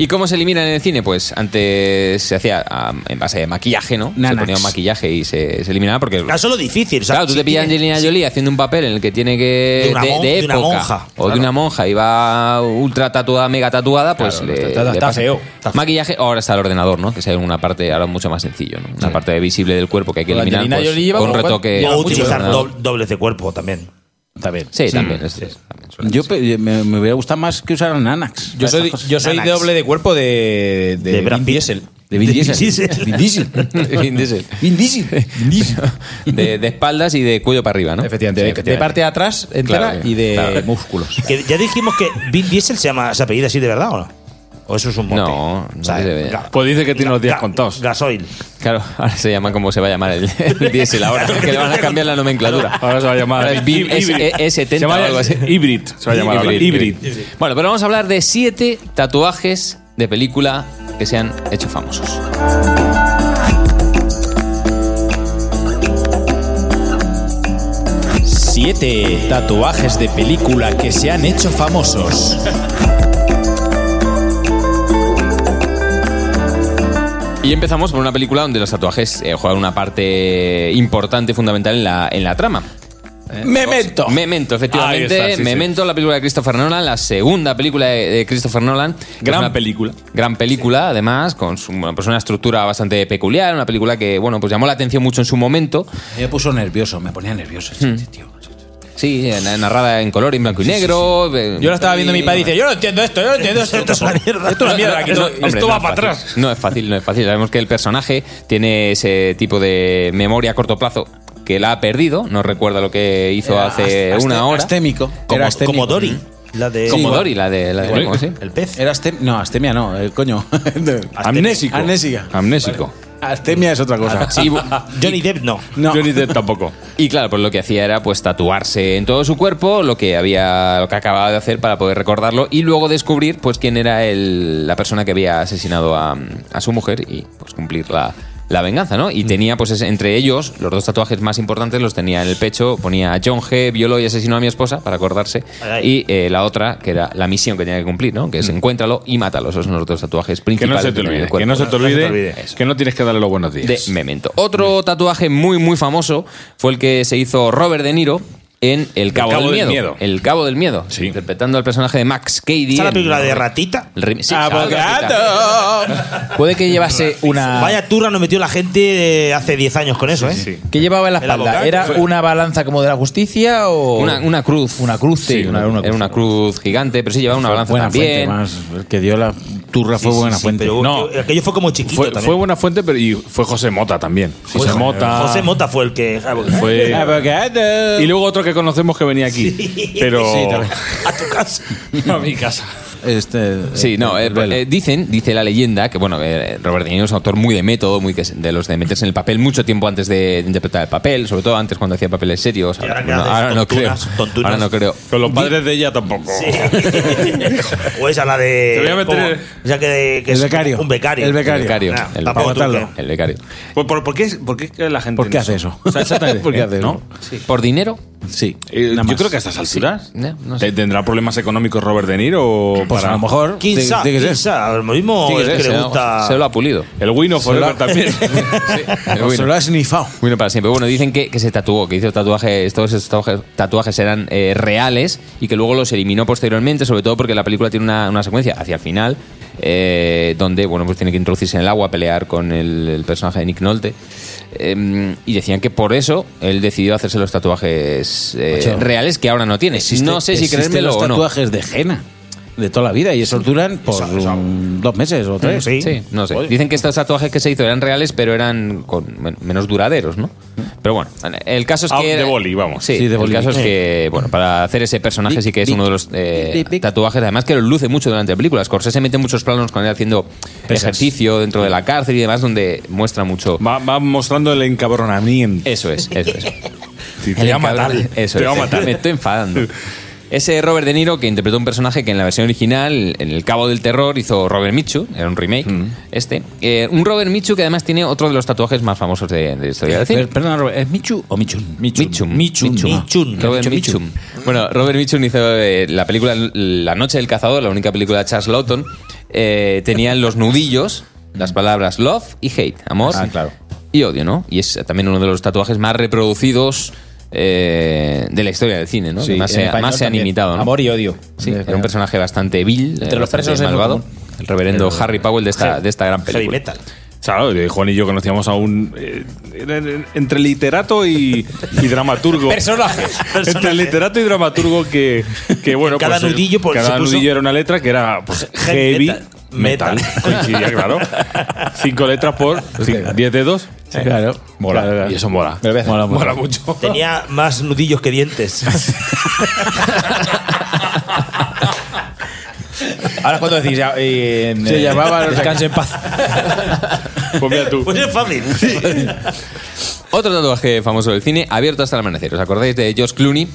S6: ¿Y cómo se eliminan en el cine? Pues antes se hacía ah, en base de maquillaje, ¿no?
S14: Nanax.
S6: Se ponía un maquillaje y se, se eliminaba porque.
S5: Claro, Eso es lo difícil. o sea,
S6: Claro, tú
S5: si
S6: te pillas a
S5: tiene-
S6: Angelina
S5: si-
S6: Jolie haciendo un papel en el que tiene que.
S5: De una mon- de una monja,
S6: O de una monja y va ultra tatuada, mega tatuada, pues
S11: Claro,
S6: le.
S11: está- está-
S6: le
S11: está
S6: pasa.
S11: feo, está feo.
S6: Maquillaje, ahora está el ordenador, ¿no? Que sea una parte, ahora mucho más sencillo, ¿no? Una parte visible del cuerpo que hay que
S11: Pero
S6: eliminar.
S11: Angelina
S6: pues,
S11: Jolie lleva
S6: con
S11: como-
S6: retoque.
S11: lleva
S5: O
S11: mucho
S5: utilizar
S6: ordenador.
S5: doble- dobles de cuerpo también.
S11: Está bien.
S6: Sí, también. es- es- también suele
S14: Yo
S6: ser.
S14: pe- eh, me, me hubiera gustado más que usaran Anax.
S11: Yo soy, yo soy
S5: Nanax.
S11: doble de cuerpo de, de,
S5: De Brad
S11: Vin
S5: Pitt.
S11: Diesel.
S14: De Vin
S5: De
S14: Diesel.
S5: Diesel.
S14: Vin Diesel.
S6: Vin Diesel.
S14: Vin Diesel.
S6: de, de espaldas y de cuello para arriba, ¿no?
S11: Efectivamente,
S6: Sí,
S11: de- de, parte de atrás entera
S6: Claro,
S11: y de
S6: claro.
S11: músculos.
S5: Que ya dijimos que Vin Diesel se llama, se apellida así de verdad o no. O eso es un mote.
S6: No, no se ve.
S5: ga-
S3: Pues dice que tiene los días
S5: ga-
S3: contados.
S5: Gasoil.
S6: Claro, ahora se llama como se va a llamar el, el diésel ahora, que le van a cambiar la nomenclatura.
S3: Ahora se va a llamar.
S6: Ahora es Vin- es-
S3: Hybrid.
S6: es- es 70
S3: Se va a-
S6: o algo así.
S3: Hybrid. Se va a llamar. ahora. Hybrid.
S6: Bueno, pero vamos a hablar de siete tatuajes de película que se han hecho famosos.
S11: Siete tatuajes de película que se han hecho famosos.
S6: Y empezamos por una película donde los tatuajes eh, juegan una parte importante, fundamental en la, en la trama.
S11: Memento.
S6: Memento, efectivamente.
S3: Ahí está, sí,
S6: Memento, la película de Christopher Nolan, la segunda película de de Christopher Nolan.
S3: Gran
S6: Es una
S3: película.
S6: Gran película, además, con su- bueno, pues una estructura bastante peculiar, una película que, bueno, pues llamó la atención mucho en su momento.
S14: Me puso nervioso, me ponía nervioso. este tío.
S6: Sí, eh, narrada en color, en blanco y negro. eh,
S11: Yo lo estaba viendo y mi padre y dice, yo no entiendo esto, yo no entiendo esto.
S5: Esto es una mierda.
S11: Esto es una mierda. aquí
S6: No,
S11: no-
S6: hombre,
S11: esto
S6: no
S11: va
S6: es
S11: para
S6: fácil.
S11: atrás.
S6: No es fácil, no es fácil. Sabemos que el personaje tiene ese tipo de memoria a corto plazo que la ha perdido, no recuerda lo que hizo
S14: Era
S6: hace
S14: ast-
S6: una
S14: aste-
S6: hora.
S14: Astémico.
S5: Como,
S14: Era astémico.
S5: como Dory. La de.
S6: Como Dory, ¿eh? la de... La de
S3: Igual.
S6: ¿cómo, sí?
S5: El pez.
S14: Era astem no, astemia no, eh, coño.
S3: Amnésico.
S14: Amnésica.
S3: Amnésico.
S14: Astemia es otra
S3: Ah,
S14: cosa.
S6: Y-
S5: Johnny Depp no.
S14: No.
S3: Johnny Depp tampoco.
S6: Y claro, pues lo que hacía era pues tatuarse en todo su cuerpo lo que había, lo que acababa de hacer para poder recordarlo y luego descubrir pues quién era el- la persona que había asesinado a, a su mujer y pues cumplir la, la venganza, ¿no?
S5: Mm.
S6: Y tenía pues ese- entre ellos los dos tatuajes más importantes los tenía en el pecho, ponía John G. violó y asesinó a mi esposa para acordarse
S5: Ay. Mm.
S6: y eh, la otra que era la misión que tenía que cumplir, ¿no? Que es encuéntralo y mátalo, esos son los dos
S3: Que
S6: tatuajes
S3: no
S6: principales
S3: se te
S6: del
S3: olvide.
S6: cuerpo
S3: Que no se te
S5: No se te
S3: olvide.
S5: olvide.
S3: Que no tienes que darle los buenos
S6: de
S3: días. ¿Eh?
S6: Memento. Otro tatuaje muy, muy famoso fue el que se hizo Robert De Niro en El Cabo,
S3: Cabo
S6: del,
S3: del
S6: miedo,
S3: Miedo.
S6: El Cabo del Miedo. Interpretando al personaje de Max Cady.
S5: ¿Está la
S6: en-
S5: película de Ratita?
S6: el remi- sí,
S3: Ah,
S5: pues, ¡Abogado!
S6: Puede que llevase una.
S5: Ah. Vaya turra nos metió la gente eh, hace 10 años con eso, ¿eh?
S11: ¿Qué llevaba en la
S5: El abogado.
S11: espalda? ¿Era
S5: Fue-
S11: una balanza como de la justicia o.?
S6: Una, una cruz.
S11: Una cruz, sí.
S6: una, Era una cruz gigante, pero sí llevaba una balanza
S14: buena fuente
S6: también.
S14: más. El que dio la turra fue
S6: Sí, sí,
S14: buena
S6: sí,
S14: fuente.
S6: pero-
S3: No,
S5: Aquello fue como chiquito
S3: eh, fue,
S5: también.
S3: fue buena fuente pero y fue José Mota también. José Mota.
S5: José Mota fue el que.
S3: Fue- Y luego otro que conocemos que venía aquí. Pero.
S14: Sí, también.
S5: A tu casa.
S3: a mi casa.
S14: Este,
S6: Sí, no, eh, eh, dicen, dice la leyenda, que bueno, eh, Robert De Niro es un autor muy de método, muy que se- de los de meterse en el papel mucho tiempo antes de interpretar el papel, sobre todo antes cuando hacía papeles serios. Ahora,
S5: ahora que
S6: no,
S5: haces
S6: ahora no creo.
S5: tontunas, tontunas.
S6: Ahora no creo.
S3: Con los padres de ella tampoco.
S5: o esa la de.
S3: Te voy a meter-
S5: ¿cómo? O sea, que, de- que
S14: El
S5: es
S14: becario.
S5: Un becario.
S14: El becario.
S5: Ah,
S6: El
S5: tampoco tú,
S6: becario. El becario.
S3: ¿Por, Pues, por, por qué, es- por qué es que la gente.?
S14: ¿Por qué
S3: no
S14: hace
S3: sabe?
S14: eso?
S3: O sea, exactamente, ¿eh?
S14: ¿Por qué hace
S3: ¿no?
S6: ¿Por dinero?
S14: Sí.
S3: Eh,
S14: nada
S3: yo
S14: más.
S3: creo que a estas alturas.
S6: No, no sé.
S3: ¿te- ¿Tendrá problemas económicos Robert De Niro? o
S14: Pues
S3: para-
S14: a lo mejor.
S5: Quizá,
S14: tiene- tiene que ser.
S5: quizá. Lo mismo
S6: Sí,
S5: es que
S6: Pues se,
S5: le
S6: lo-
S5: gusta.
S6: se lo ha pulido.
S3: El Wino Forever también.
S6: Sí, el
S14: O eh, Se
S6: bueno.
S14: lo ha snifado.
S6: Bueno, para siempre. Bueno, dicen que, que se tatuó, que hizo tatuajes, todos esos tatuajes, tatuajes eran eh, reales y que luego los eliminó posteriormente, sobre todo porque la película tiene una, una secuencia hacia el final, eh, donde, bueno, pues tiene que introducirse en el agua, pelear con el, el personaje de Nick Nolte. Eh, y decían que por eso él decidió hacerse los tatuajes eh,
S14: Ocho.
S6: reales que ahora no tiene. no sé si
S14: Existen
S6: creérmelo
S14: los
S6: o no.
S14: tatuajes de Jena de toda la vida y esos duran por un- dos meses o tres.
S5: Sí.
S6: Sí, no sé. Dicen que estos tatuajes que se hizo eran reales, pero eran con men- menos duraderos, ¿no? Pero bueno, el caso es
S3: Out
S6: que.
S3: Ah, de boli, vamos.
S6: Sí,
S14: Sí, de boli.
S6: El caso es
S14: Sí.
S6: que, bueno, para hacer ese personaje
S14: Big,
S6: sí que es
S14: big,
S6: uno de los eh,
S14: big, big.
S6: tatuajes, además que lo luce mucho durante la película. Scorsese mete muchos planos con él haciendo ejercicio dentro de la cárcel y demás, donde muestra mucho.
S3: Va, va mostrando el encabronamiento.
S6: Eso es, eso es.
S3: Sí, te va a matar.
S6: Eso es,
S3: Te va a matar.
S6: Me estoy enfadando. Ese Robert De Niro que interpretó un personaje que en la versión original, en El Cabo del Terror, hizo Robert Michu, era un remake,
S3: Mm.
S6: este. Eh, un Robert Michu que además tiene otro de los tatuajes más famosos de, de la historia del cine.
S14: Per- Perdona, Robert, ¿es Michu o Michun?
S6: Michum.
S14: Michun.
S3: Ah.
S5: Michun.
S6: Robert
S14: Michum.
S6: Michum. Bueno, Robert Michum hizo eh, la película La Noche del Cazador, la única película de Charles Lawton. eh, tenía en los nudillos las palabras love y hate, amor
S14: Ah, claro.
S6: y odio, ¿no? Y es también uno de los tatuajes más reproducidos eh, de la historia del cine, ¿no?
S11: Sí,
S6: Que más,
S11: en
S6: se,
S11: español
S6: más se han
S11: también.
S6: imitado, eh, ¿no?
S11: Amor y odio.
S6: Sí,
S11: En
S6: era un
S11: español.
S6: personaje bastante vil, eh,
S11: Entre los
S6: bastante
S11: presos es muy
S6: malvado.
S11: común.
S6: El reverendo Harry Powell de esta, de esta gran
S5: Heavy
S6: película.
S5: metal.
S3: Claro, eh, Juan y yo conocíamos a un. eh, era- era entre literato y, y dramaturgo.
S5: Personajes.
S3: Entre literato y dramaturgo que, que bueno,
S5: Cada
S3: pues, eh,
S5: nudillo, pues,
S3: cada
S5: se puso-
S3: nudillo era una letra que era pues, heavy
S5: Heavy metal.
S3: metal.
S5: Metal.
S3: Coincidía, claro. Cinco letras por cin- diez dedos.
S14: Claro.
S3: Mola.
S14: Claro, claro.
S3: Y eso mola.
S14: Me lo voy a hacer. Mola, mola.
S3: mucho.
S5: Tenía más nudillos que dientes.
S11: Ahora es cuando decís. ya, eh, en,
S14: Se
S11: eh,
S14: llamaba-
S11: Descanse en paz.
S3: Pues mira tú.
S5: Pues es fácil.
S6: Otro tatuaje famoso del cine, abierto hasta el amanecer. ¿Os acordáis de George Clooney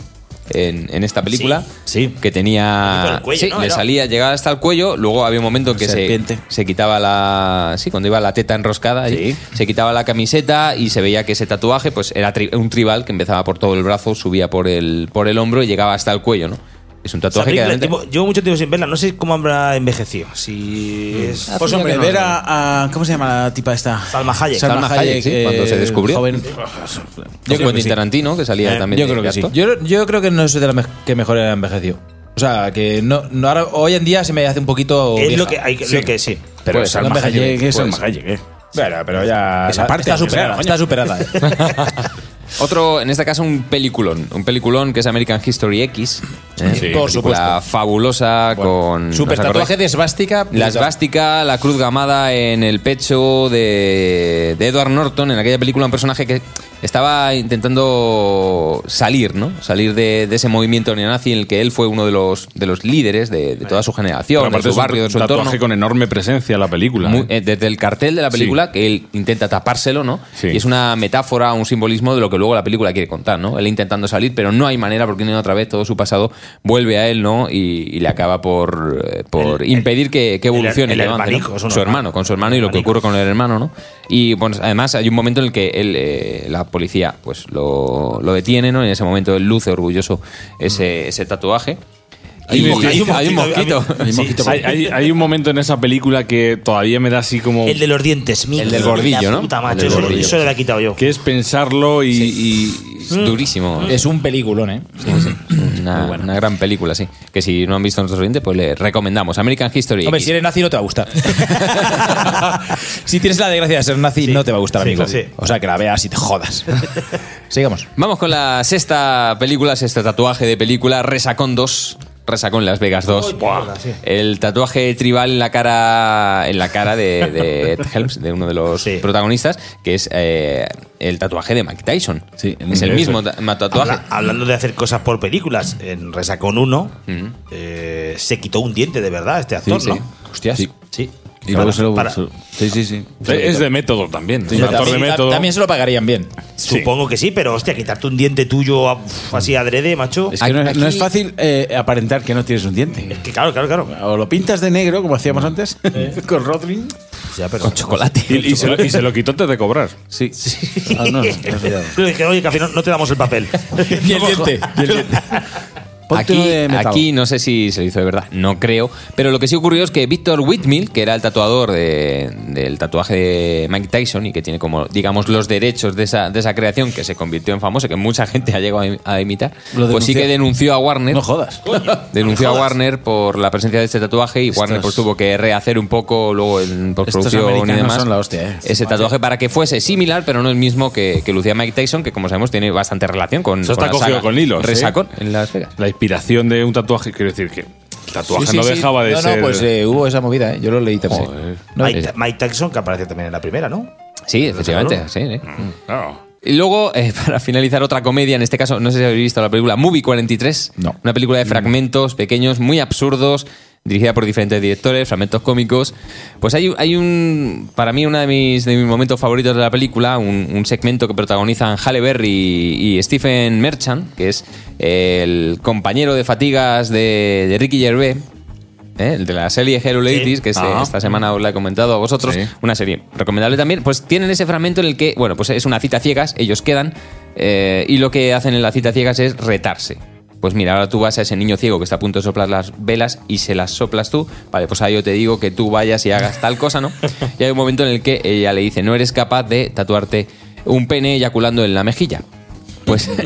S6: en, en esta película?
S5: Sí, sí.
S6: Que
S5: Con
S6: tenía.
S5: el cuello,
S6: sí,
S5: ¿no?
S6: le
S5: Era-
S6: salía, llegaba hasta el cuello, luego había un momento en que se,
S14: serpiente.
S6: se quitaba la. Sí, cuando iba la teta enroscada, ahí, se quitaba la camiseta y se veía que ese tatuaje pues era tri- un tribal que empezaba por todo el brazo, subía por el, por el hombro y llegaba hasta el cuello, ¿no? Es un
S5: Esa
S6: tatuaje que
S5: película,
S6: realmente-
S5: tipo, llevo mucho tiempo sin verla. No sé cómo habrá envejecido. Si es.
S14: Pues hombre, ver a, a- ah, ¿Cómo se llama la tipa esta? eh,
S5: Salma Hayek.
S6: Salma Hayek, sí, cuando se descubrió.
S14: joven.
S6: Yo
S14: creo que
S6: Quentin
S14: sí.
S6: Tarantino, que salía
S5: Eh,
S6: también.
S14: yo
S6: de
S14: creo que sí.
S6: actor.
S11: Yo, yo creo que no soy de las mej- que mejor ha envejecido. O sea, que no, no ahora, hoy en día se me hace un poquito.
S5: Es lo
S11: vieja. Pues,
S5: que hay que- lo que sí.
S3: Pero
S6: Puede ser,
S3: Salma
S14: Salma Hayek,
S3: Hayek.
S14: es Salma
S3: puede ser.
S14: Hayek, eh.
S11: Bueno, pero ya.
S14: Esa
S11: la-
S14: parte
S11: está
S14: hay que
S11: superada. Está superada. eh.
S6: Otro, en este caso, un peliculón. Un peliculón que es American History X. ¿eh?
S3: Sí,
S6: Una
S3: por
S6: película fabulosa con.
S11: Super
S6: ¿os acordáis?
S11: tatuaje de esvástica.
S6: La esvástica, la cruz gamada en el pecho de, de Edward Norton, en aquella película, un personaje que estaba intentando salir, ¿no? Salir de, de ese movimiento neonazi en el que él fue uno de los, de los líderes de, de toda su
S3: Pero
S6: generación, de
S3: aparte
S6: su
S3: es un
S6: barrio, de su
S3: tatuaje
S6: entorno.
S3: con enorme presencia en la película.
S6: Muy-
S3: ¿eh?
S6: eh, desde el cartel de la película, que él intenta tapárselo, ¿no?
S3: Sí.
S6: Y es una metáfora, un simbolismo de lo que luego la película quiere contar, ¿no? Él intentando salir, pero no hay manera porque una y otra vez todo su pasado vuelve a él, ¿no? Y, y le acaba por, eh, por impedir que, que
S5: el-
S6: evolucione.
S5: el
S6: que avance,
S5: hermanico,
S6: ¿no?
S5: es un
S6: Su
S5: hermano.
S6: hermano, con su hermano y lo que
S5: Hermanico.
S6: ocurre con el hermano, ¿no? Y bueno, además hay un momento en el que él, eh, la policía, pues lo, lo detiene, ¿no? En ese momento él luce orgulloso ese, ese tatuaje.
S5: Hay un
S6: Y-
S5: mosquito,
S6: hay un
S5: hay un
S6: mosquito.
S5: mosquito.
S6: Hay un mosquito.
S3: Hay, hay- hay un momento en esa película que todavía me da así como.
S5: El de los dientes, mi
S6: El del
S5: hijo de
S6: gordillo,
S5: la
S6: ¿no?
S5: Puta,
S6: El
S5: macho,
S6: del
S5: eso,
S6: gordillo.
S5: eso lo he quitado yo.
S3: que es pensarlo y, y-
S6: Es durísimo.
S11: Es un peliculón, ¿eh?
S6: Mm, Una, una gran película, sí. Que si no han visto nuestros oyentes, pues le recomendamos. American History.
S11: Hombre,
S6: X.
S11: si eres nazi no te va a gustar. si tienes la desgracia de ser nazi, no te va a gustar, amigo. O sea, que la veas y te jodas. Sigamos.
S6: Vamos con la sexta película, sexto tatuaje de película, Resacón 2. Resacón Las Vegas 2. Buah. El tatuaje tribal en la cara, en la cara de, de Ed Helms, de uno de los protagonistas, que es eh, el tatuaje de Mike Tyson. es el
S5: Eso
S6: mismo
S5: es.
S6: ta- ma- tatuaje.
S5: Habla- hablando de hacer cosas por películas, en Resacón 1 eh, se quitó un diente de verdad este actor,
S14: Sí, sí.
S5: ¿no? Hostias. Sí.
S14: Y luego se lo-
S5: Para-
S14: se lo- Sí, sí, sí.
S3: Es de método también.
S5: Sí,
S3: un actor de
S5: también-
S3: método.
S5: también
S11: se lo pagarían bien.
S5: Supongo que sí, pero hostia, quitarte un diente tuyo a- uf, así adrede, macho.
S14: Es que no, es, no es fácil eh, aparentar que no tienes un diente. Es
S5: que claro, claro, claro.
S14: O lo pintas de negro, como hacíamos antes, con Rodrin.
S5: con
S6: chocolate.
S3: Y, y se lo, y se lo quitó antes de cobrar.
S14: Sí.
S5: Ah, no, no, no se llama. Le dije, oye, café, no, no te damos el papel.
S11: y el diente.
S14: Ponte uno
S6: Aquí,
S14: de metal.
S6: aquí no sé si se lo hizo de verdad, no creo. Pero lo que sí ocurrió es que Víctor Whitmill, que era el tatuador de- del tatuaje de Mike Tyson y que tiene como, digamos, los derechos de esa, de esa creación que se convirtió en famoso, que mucha gente ha llegado a im- a imitar,
S14: Lo
S6: pues
S14: denunció.
S6: sí que denunció a Warner.
S14: No jodas.
S6: Denunció a
S14: jodas.
S6: Warner por la presencia de este tatuaje y Warner pues tuvo que rehacer un poco luego en
S14: Estos
S6: postproducción y
S14: americanos
S6: demás
S14: son la hostia, ¿eh?
S6: ese tatuaje para que fuese similar pero no el mismo que, que lucía Mike Tyson que como sabemos tiene bastante relación con
S3: Eso está
S6: con la
S3: cogido
S6: saga
S3: con hilos. ¿eh?
S6: Resacón en Las Vegas
S3: La inspiración de un tatuaje, quiero decir que el tatuaje
S11: Sí, sí,
S3: no
S11: sí.
S3: dejaba de
S11: No,
S3: ser.
S11: No, pues eh, hubo esa movida, ¿eh? Yo lo leí también. No,
S5: Mike, Mike Tyson, que aparece también en la primera, ¿no?
S6: Sí, efectivamente. Sí, ¿eh? Y luego, eh, para finalizar, otra comedia, en este caso, no sé si habéis visto la película Movie 43.
S11: No.
S6: Una película de fragmentos pequeños, muy absurdos, dirigida por diferentes directores, fragmentos cómicos. Pues hay, hay un, para mí, uno de mis, de mis momentos favoritos de la película, un, un segmento que protagonizan Halle Berry y, y Stephen Merchant, que es el compañero de fatigas de, de Ricky Gervais. ¿eh? El de la serie Hello Ladies, que este-
S3: Ah.
S6: esta semana os la he comentado a vosotros, una serie recomendable también, pues tienen ese fragmento en el que, bueno, pues es una cita a ciegas, ellos quedan, eh, y lo que hacen en la cita a ciegas es retarse. Pues mira, ahora tú vas a ese niño ciego que está a punto de soplar las velas y se las soplas tú. Vale, pues ahora yo te digo que tú vayas y hagas tal cosa, ¿no? Y hay un momento en el que ella le dice, no eres capaz de tatuarte un pene eyaculando en la mejilla. Pues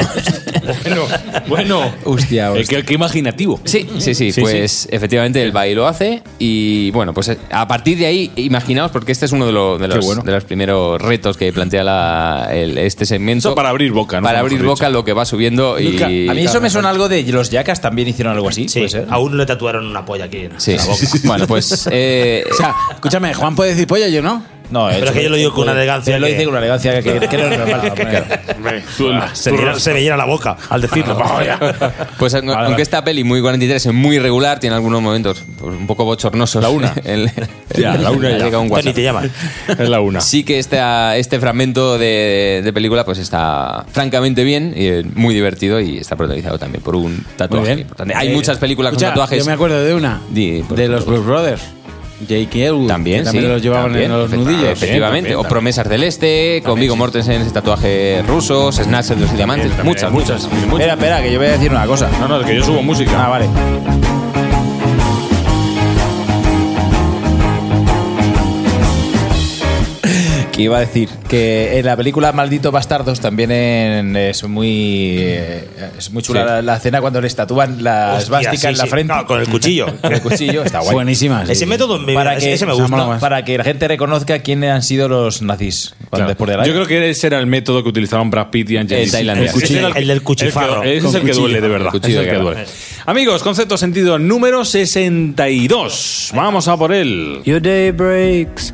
S3: Bueno, bueno.
S11: Hostia,
S3: Eh, qué, qué imaginativo.
S6: Sí, sí, sí, pues efectivamente el baile lo hace y bueno, pues eh, a partir de ahí, imaginaos, porque este es uno de, lo- de
S3: Qué
S6: los,
S3: bueno.
S6: de los primeros retos que plantea la- el- este segmento.
S3: Eso para abrir boca, ¿no?
S6: Para abrir
S3: Mejor dicho.
S6: boca lo que va subiendo y...
S11: Nunca- a mí eso me suena algo de los yacas también hicieron algo así.
S5: Sí,
S11: puede ser.
S5: a uno le tatuaron una polla aquí en
S6: Sí.
S5: la boca.
S6: Bueno, pues... eh,
S14: O sea, escúchame, Juan puede decir pollo, yo no.
S11: No, eh,
S5: Pero es que yo lo digo con una elegancia
S11: Él lo
S5: que-
S11: dice con una elegancia que, que no es normal.
S5: Ah, se, me llena, se me llena la boca al decirlo.
S6: Pues aunque, aunque esta peli muy 43 es muy regular, tiene algunos momentos pues, un poco bochornosos. La una.
S3: Ya, la una ya.
S6: Llega un
S5: Tony
S6: WhatsApp.
S5: te llaman.
S3: Es la
S14: Ah.
S3: una.
S6: Sí que esta- este fragmento de, de película pues está francamente bien, y, eh, muy divertido y está protagonizado también por un tatuaje. importante. Hay
S14: Eh,
S6: muchas películas
S14: escucha,
S6: con tatuajes.
S14: Yo me acuerdo de una.
S6: Di, por
S14: de
S6: favor.
S14: los Blues Brothers. Jake Elwood.
S6: También,
S14: que también
S6: sí,
S14: los llevaban
S6: también,
S14: en los
S6: efecti-
S14: nudillos. ¿eh?
S6: Efectivamente.
S14: También,
S6: o Promesas del Este, conmigo Mortensen, ese tatuaje ruso, Snatch de los Diamantes.
S3: también,
S6: muchas,
S3: muchas,
S6: muchas.
S3: muchas.
S11: Espera, espera, que yo voy a decir una cosa.
S3: No, no, es que yo subo música.
S11: Ah, vale. Que iba a decir que en la película Malditos Bastardos también en- es muy eh, es muy chula
S6: Sí.
S11: la, la escena cuando les tatúan las
S5: Hostia,
S11: esvástica
S5: sí,
S11: en la
S5: sí.
S11: frente.
S5: No, con el cuchillo.
S11: Con el cuchillo, está guay.
S14: Buenísima. sí.
S5: Ese método me,
S11: Para
S5: ese-
S11: que,
S5: ese me gusta.
S11: para que la gente reconozca quiénes han sido los nazis cuando-
S3: Claro.
S11: después de la
S3: Yo creo que ese era el método que utilizaban Brad Pitt y Angelina.
S6: El tailandés.
S3: Ese
S5: El
S3: era
S5: cuchillo. El del cuchifarro.
S3: el que- Ese es
S5: Con
S3: el que
S5: cuchillo.
S3: duele, de verdad. Ese
S6: Cuchillo
S3: es el
S6: de
S3: que
S6: guerra.
S3: duele. Amigos, concepto sentido número 62. Vamos a por él.
S10: Your day breaks,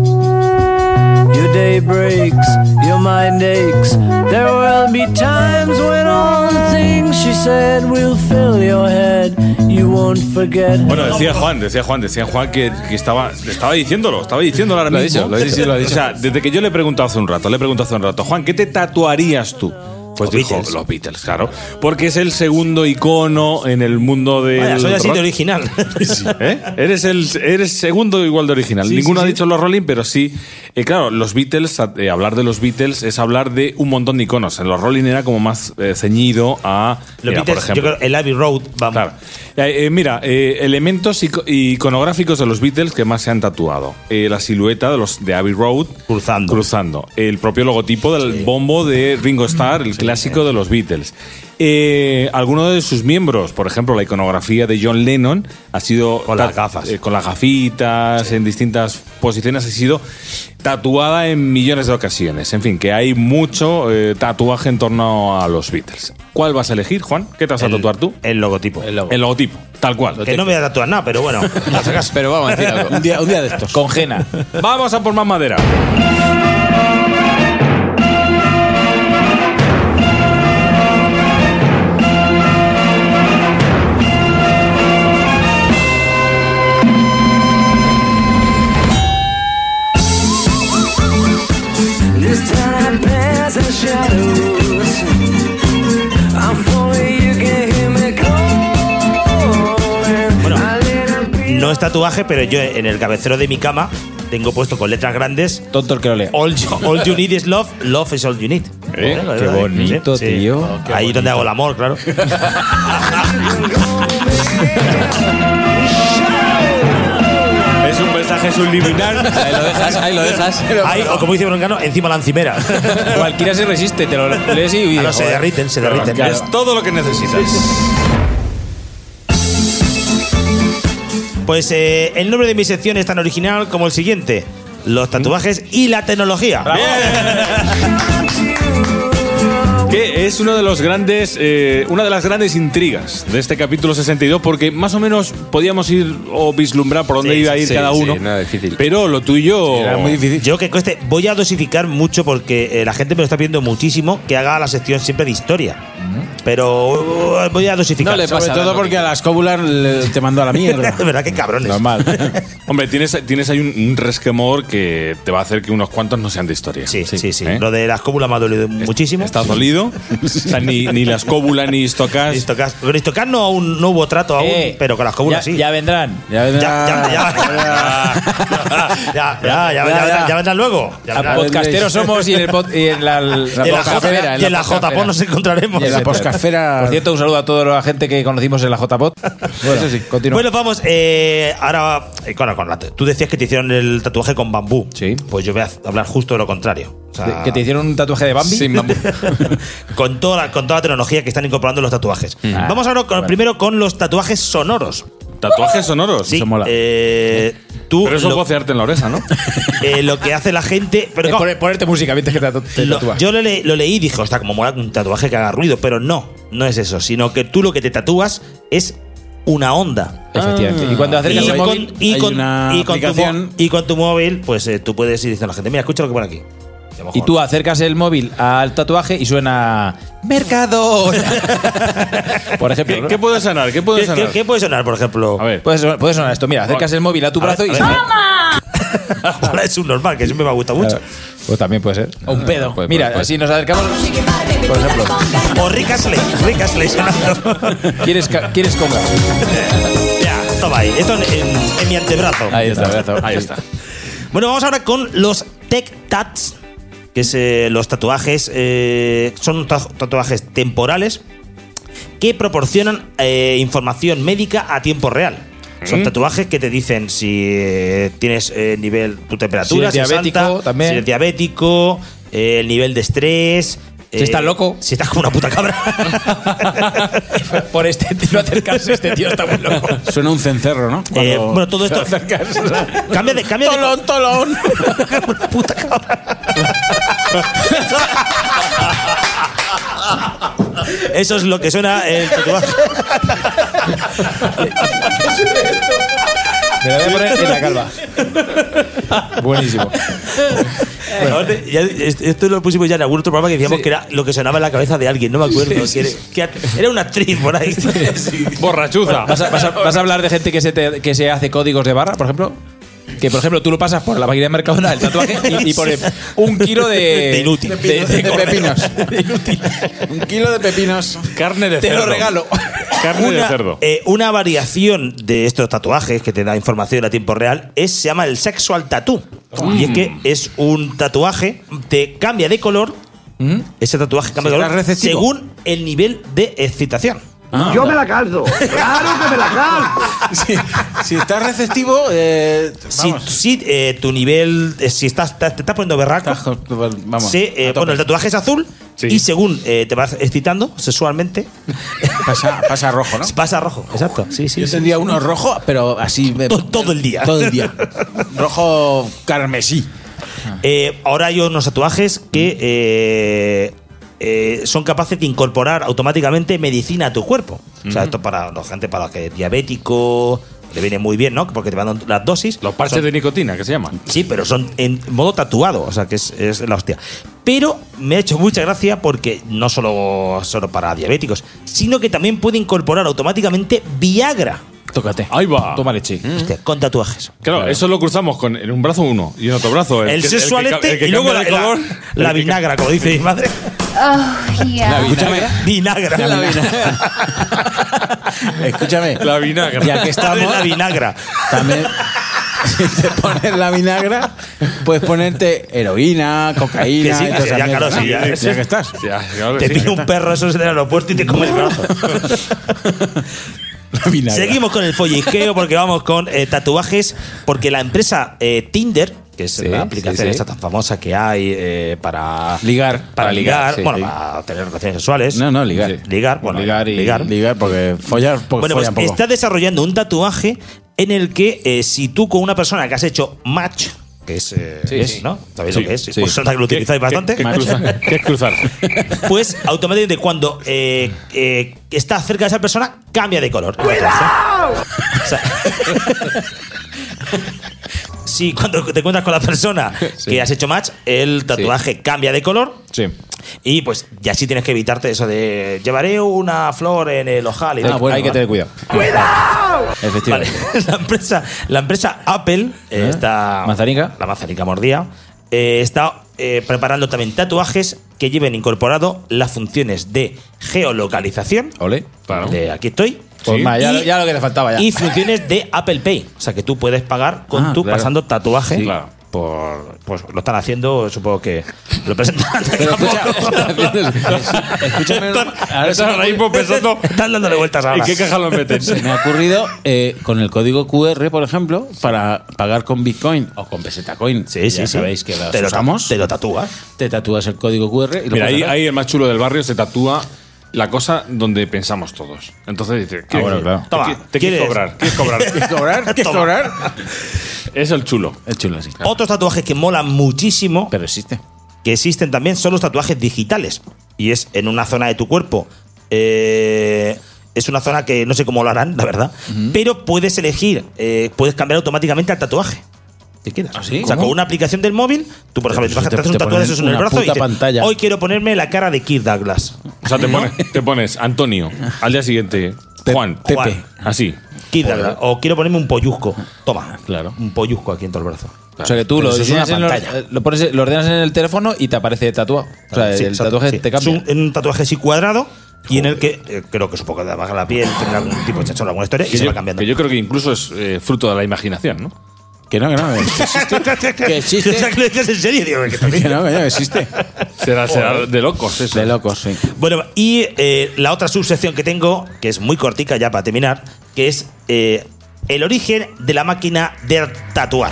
S10: Your day breaks, your mind aches. There will be times when all the things she said will fill your head. You won't forget her.
S3: Bueno, decía Juan, decía Juan, decía Juan que, que estaba, estaba diciéndolo, estaba diciéndolo ahora
S14: Lo ha
S3: mismo.
S14: dicho, lo ha dicho, lo ha dicho.
S3: O sea, desde que yo le he preguntado hace un rato, le he preguntado hace un rato, Juan, ¿qué te tatuarías tú? Pues dijo, los Beatles, claro. Porque es el segundo icono en el mundo de.
S5: Vaya, soy así de original.
S3: ¿Eh? Eres el eres segundo igual de original.
S5: Sí,
S3: Ninguno
S5: sí,
S3: ha
S5: sí.
S3: dicho los Rolling, pero sí. Eh, claro, los Beatles, a- eh, hablar de los Beatles es hablar de un montón de iconos. En los Rolling era como más eh, ceñido a.
S5: Los
S3: mira,
S5: Beatles, yo creo, el Abbey Road, vamos.
S3: eh, eh, mira, eh, elementos ico- iconográficos de los Beatles que más se han tatuado. Eh, la silueta de los de Abbey Road cruzando. El propio logotipo del bombo de Ringo Starr, el clásico de los Beatles. Eh, alguno de sus miembros, por ejemplo, la iconografía de John Lennon ha sido con las gafas, con las gafitas en distintas posiciones ha sido tatuada en millones de ocasiones. En fin, que hay mucho eh, tatuaje en torno a los Beatles. ¿Cuál vas a elegir, Juan? ¿Qué te vas a tatuar tú?
S5: El logotipo. El,
S3: logotipo, tal cual.
S5: Que no me voy a tatuar nada, pero bueno.
S6: Pero vamos a decir algo.
S14: Un día, un día de estos.
S11: Con Jena.
S3: Vamos a por más madera.
S1: This time there's a shadows. I'm falling, you can hear me calling. I
S5: No es tatuaje, pero yo en el cabecero de mi cama tengo puesto con letras grandes.
S11: Tonto el que lo lea.
S5: All you, all you need is love, love is all you need.
S11: Eh,
S5: Bueno,
S11: qué
S5: ¿verdad?
S11: bonito, tío.
S5: Ahí donde hago el amor, claro.
S3: Es un mensaje subliminal.
S6: Ahí lo dejas, ahí lo dejas.
S5: Ahí, o como dice Broncano, encima la encimera.
S11: Cualquiera se resiste, te lo lees y.
S5: Ahora se
S11: joder.
S5: derriten, se derriten.
S3: Es todo lo que necesitas.
S5: Pues eh, el nombre de mi sección es tan original como el siguiente: los tatuajes y la tecnología.
S3: Que es uno de los grandes, eh, una de las grandes intrigas de este capítulo 62, porque más o menos podíamos ir o vislumbrar por dónde
S6: Sí,
S3: iba a
S6: sí,
S3: ir
S6: sí,
S3: cada
S6: sí,
S3: uno.
S6: no era difícil.
S3: Pero lo tuyo.
S5: Yo que cueste, voy a dosificar mucho porque eh, la gente me lo está pidiendo muchísimo que haga la sección siempre de historia. Pero uh, voy a dosificar.
S14: Sobre todo porque a las cóbulas le- te mandó a la mierda.
S5: Es verdad que cabrones.
S14: Normal.
S3: Hombre, tienes, tienes ahí un, un resquemor que te va a hacer que unos cuantos no sean de historia. Sí, ¿eh? sí, sí.
S5: Lo de las cóbulas me ha dolido muchísimo.
S3: Estás dolido. O sea, ni, ni las cóbulas ni estocas.
S5: Estocas. Con Estocas no, aún, no hubo trato aún,
S11: Eh,
S5: pero con las cóbulas
S11: ya,
S5: sí.
S11: ya vendrán.
S14: Ya
S5: Ya, ya, ya, ya, ya, ya, ya, ya, ya vendrán luego. Ya vendrán.
S11: Podcasteros somos y en, el pod- y en la,
S5: Y en la J- y en la JPO nos encontraremos.
S11: Y en la poscafera. Por cierto, un saludo a toda la gente que conocimos en la JPOT. Bueno, eso sí, continúa.
S5: Bueno, vamos, eh, ahora, eh, con- con la- tú decías que te hicieron el tatuaje con bambú. Sí. Pues yo voy a hablar justo de lo contrario. O sea,
S11: ¿Que te hicieron un tatuaje de Bambi? Eh,
S6: Sin bambú.
S5: con, toda la, con toda la tecnología que están incorporando en los tatuajes.
S11: Mm.
S6: Ah.
S5: Vamos ahora con- primero con los tatuajes sonoros.
S3: Tatuajes sonoros.
S5: Sí,
S3: Eso mola.
S5: eh, tú
S3: Pero eso es
S5: lo,
S3: vocearte en la oreja, ¿no?
S5: eh, lo que hace la gente. Pero
S11: Es
S5: no,
S11: poner- ponerte música mientras que te, tatu- te
S5: lo-
S11: tatúas.
S5: yo lo, le- lo leí y dije, está como mola un tatuaje que haga ruido, pero no, no es eso, sino que tú lo que te tatúas es una onda.
S11: Efectivamente. y cuando
S5: Ah.
S11: acercas
S5: Y
S11: el
S5: con-
S11: móvil,
S5: y
S11: hay
S5: con-
S11: una
S5: y con tu
S11: aplicación.
S5: mo- y con tu móvil, pues eh, tú puedes ir diciendo a la gente, mira, escucha lo que pone aquí. Y a lo mejor-
S11: Y tú acercas el móvil al tatuaje y suena. ¡Mercado! Por ejemplo.
S3: ¿Qué,
S11: ¿no?
S3: qué puede sonar? ¿Qué puede
S5: ¿Qué,
S3: sonar?
S5: qué- qué puede sonar, por ejemplo?
S3: A ver.
S11: Puede sonar, puede sonar esto. Mira, acercas el móvil a tu
S5: A ver,
S11: brazo
S5: a
S11: y.
S5: ver. Ahora es un normal, que siempre me ha gustado mucho.
S11: Pues también puede ser. O un pedo.
S6: Puede-
S11: Mira,
S6: puede- puede.
S11: si nos acercamos. Por ejemplo.
S5: O Rick Astley, Rick Astley sonando.
S11: ¿Quieres, ca- ¿Quieres comprar?
S5: ya, toma ahí. Esto en, en- en mi antebrazo.
S6: Ahí está, brazo.
S3: Ahí está.
S5: Bueno, vamos ahora con los Tech Tats, que es eh, los tatuajes. eh, son ta- tatuajes temporales que proporcionan eh, información médica a tiempo real. Son tatuajes que te dicen si eh, tienes eh, nivel, tu temperatura,
S11: Si eres
S5: es
S11: diabético,
S5: alta,
S11: también.
S5: si eres diabético, eh, el nivel de estrés, Si estás loco. Si estás como una puta cabra.
S11: Por este tío acercarse, este tío está muy loco.
S14: Suena un cencerro, ¿no?
S5: Eh, bueno, todo esto. cambia de. Cambia tolón,
S14: tolón.
S5: una puta cabra. Eso es lo que suena el tatuaje.
S11: Me la voy a poner en la calva. Buenísimo.
S5: Aparte, ya, est- esto lo pusimos ya en algún otro programa que decíamos que era lo que sonaba en la cabeza de alguien, no me acuerdo. que era, que era- era una actriz por ahí.
S11: Borrachuza. ¿Vas a, vas a- vas a hablar de gente que se, te- que se hace códigos de barra, por ejemplo? Que, por ejemplo, tú lo pasas por la máquina de Mercadona, el tatuaje, y, y pone un kilo de...
S14: De
S11: inútil. De,
S14: De
S11: de
S14: pepinos. Un kilo de pepinos.
S3: Carne de
S14: Te
S5: cerdo.
S14: lo regalo.
S3: Carne
S5: una, eh, una variación de estos tatuajes que te da información a tiempo real es, se llama el sexual tattoo.
S14: Mm.
S5: Y es que es un tatuaje, te cambia de color,
S14: Mm.
S5: ese tatuaje cambia de
S14: ¿Será
S5: color
S14: recesivo?
S5: según el nivel de excitación.
S15: Yo me la calzo. Claro que me la calzo.
S14: Si estás receptivo, eh,
S5: Si, si, eh, tu nivel, eh, si estás, te, te estás poniendo berraco,
S14: pues, vamos.
S5: se, eh,
S14: a tope.
S5: bueno, el tatuaje es azul y según eh, te vas excitando sexualmente,
S14: Pasa, pasa rojo, ¿no?
S5: pasa a rojo. Exacto, sí, sí.
S14: Yo
S5: sí.
S14: tendría uno rojo, pero así. eh,
S5: To- todo el día.
S14: Todo el día. Rojo carmesí.
S5: Eh, ahora hay unos tatuajes que eh, eh, son capaces de incorporar automáticamente medicina a tu cuerpo. O sea, esto para la gente para que es diabético le viene muy bien, ¿no? Porque te van dando las dosis.
S3: Los parches
S5: Son-
S3: de nicotina, que se llaman.
S5: Sí, pero son en modo tatuado, o sea que es, es la hostia. Pero me ha hecho mucha gracia porque no solo, solo para diabéticos, sino que también puede incorporar automáticamente Viagra.
S11: Tócate.
S3: Ahí va. Mm.
S11: Toma leche.
S5: Hostia, con tatuajes.
S3: Claro, eso lo cruzamos con en un brazo uno y en otro brazo.
S5: El,
S3: Pues que- que
S5: sexual
S3: ca-
S5: este
S3: el que
S5: y luego la,
S3: cambia de
S5: la,
S3: color.
S5: la
S3: El que ca-
S5: vinagra, como dice mi madre.
S16: Oh, yeah.
S14: Escúchame.
S5: Vinagra.
S14: La vinagra. Escúchame.
S3: La vinagra.
S14: Ya que estamos.
S5: La vinagra.
S14: También. Si te pones la vinagra, puedes ponerte heroína,
S5: Que
S14: cocaína.
S5: sí,
S14: y
S5: que
S14: todas
S5: sí,
S14: esas
S5: ya, claro,
S14: mierdas,
S5: sí,
S14: ¿no?
S5: ya, sí.
S14: que estás.
S3: Ya, claro que
S5: Te
S3: sí.
S5: pilla un perro esos en el aeropuerto y te come el brazo.
S14: La vinagra.
S5: Seguimos con el follisqueo porque vamos con eh, tatuajes. Porque la empresa eh, Tinder, que es la aplicación
S6: sí, sí.
S5: esta tan famosa que hay eh, para,
S14: Ligar.
S5: para,
S6: para
S5: ligar,
S6: ligar, sí,
S5: bueno,
S6: sí.
S5: para tener relaciones sexuales.
S14: No, no, ligar.
S5: Ligar, bueno, ligar.
S11: Ligar y-
S14: Ligar porque follar, porque
S5: Bueno, pues
S14: follan poco.
S5: está desarrollando un tatuaje en el que eh, si tú con una persona que has hecho match, que es, eh,
S6: Sí,
S5: es,
S6: sí.
S5: ¿no? ¿Sabéis
S3: Sí,
S5: lo que es?
S3: sí.
S5: Pues que lo utilizáis
S3: ¿Qué- qué-
S5: bastante.
S3: qué cruza- ¿Qué es cruzar?
S5: pues automáticamente cuando eh, eh, está cerca de esa persona cambia de color. O sea, si cuando te encuentras con la persona que has hecho match, el tatuaje cambia de color.
S11: Sí.
S5: Y pues ya sí tienes que evitarte eso de llevaré una flor en el ojal y
S11: Hay-
S5: tal.
S11: hay que
S5: ¿no?
S11: tener cuidado.
S5: Vale.
S14: Efectivamente.
S5: la, empresa, la empresa Apple eh, está.
S11: Manzanica.
S5: La manzanica mordía. eh, está eh, preparando también tatuajes que lleven incorporado las funciones de geolocalización.
S11: Ole.
S3: Claro.
S5: De aquí estoy.
S11: Pues
S3: Sí.
S11: más, ya,
S5: Y-
S11: lo- ya lo que le faltaba ya.
S5: Y funciones de Apple Pay. O sea que tú puedes pagar con
S14: Ah,
S5: tu
S14: claro.
S5: pasando tatuaje.
S3: Sí. Claro.
S5: Por, pues lo están haciendo, supongo que lo presentan.
S14: Pero escucha,
S5: tampoco.
S14: escúchame, ahora
S3: Están ahora mismo pensando
S5: Están dándole vueltas
S3: en
S5: ahora.
S3: qué caja lo meten.
S14: se me ha ocurrido eh, con el código QR, por ejemplo, para pagar con Bitcoin o con peseta coin.
S5: Sí, sí,
S14: ya
S5: sí.
S14: sabéis que los
S5: te lo,
S14: usamos.
S5: te lo tatúas.
S14: Te tatúas el código QR y lo puedes
S3: Mira, ahí,
S14: hacer.
S3: ahí el más chulo del barrio se tatúa la cosa donde pensamos todos. Entonces dice, ¿qué-
S11: bueno, claro.
S3: te-
S5: Ah, Toma,
S3: te quieres
S5: ¿quieres?
S3: cobrar, quieres cobrar.
S14: ¿Quieres cobrar? ¿Quieres
S5: Toma.
S14: cobrar?
S3: es el chulo.
S14: Es chulo, sí.
S5: Otros tatuajes que molan muchísimo
S14: Pero existe.
S5: que existen también son los tatuajes digitales. Y es en una zona de tu cuerpo. Eh, es una zona que no sé cómo lo harán, la verdad. Pero puedes elegir, eh, puedes cambiar automáticamente al tatuaje. ¿Te quedas?
S14: ¿Ah, sí?
S5: O sea,
S14: ¿Cómo?
S5: con una aplicación del móvil, tú, por
S14: Pero
S5: ejemplo, te,
S14: eso te-
S5: haces un
S14: te
S5: tatuaje
S14: ponen
S5: eso en el
S14: una
S5: brazo y
S14: puta
S5: te-
S14: pantalla.
S5: hoy quiero ponerme la cara de Kirk Douglas.
S3: O sea, te pones, te pones Antonio, al día siguiente, Juan,
S5: Pepe.
S3: Juan, así.
S5: Kirk Douglas. O quiero ponerme un pollusco. Toma.
S14: Claro.
S5: Un pollusco aquí en todo el brazo.
S11: O sea que tú
S5: Pero
S11: lo,
S5: eso es una
S11: diseñas en lo-
S14: eh,
S5: pantalla.
S11: lo pones- lo ordenas en el teléfono y te aparece tatuado. O sea,
S5: Sí,
S11: el
S5: exacto,
S11: tatuaje
S5: sí.
S11: te cambia.
S5: Es un, un tatuaje así cuadrado y en el que eh, creo que supongo que te baja la piel, tendrá algún tipo de sensor, alguna historia y
S3: Que
S5: se
S3: yo,
S5: va cambiando.
S3: que yo creo que incluso es eh, fruto de la imaginación, ¿no?
S14: Que no, que no. Que existe. Que
S5: O sea,
S14: existe.
S5: que lo dices en serio, digo, que también.
S14: Que no, que no, existe.
S3: Será, será de locos eso.
S14: De locos, sí.
S5: Bueno, y eh, la otra subsección que tengo, que es muy cortica ya para terminar, que es eh, el origen de la máquina de tatuar.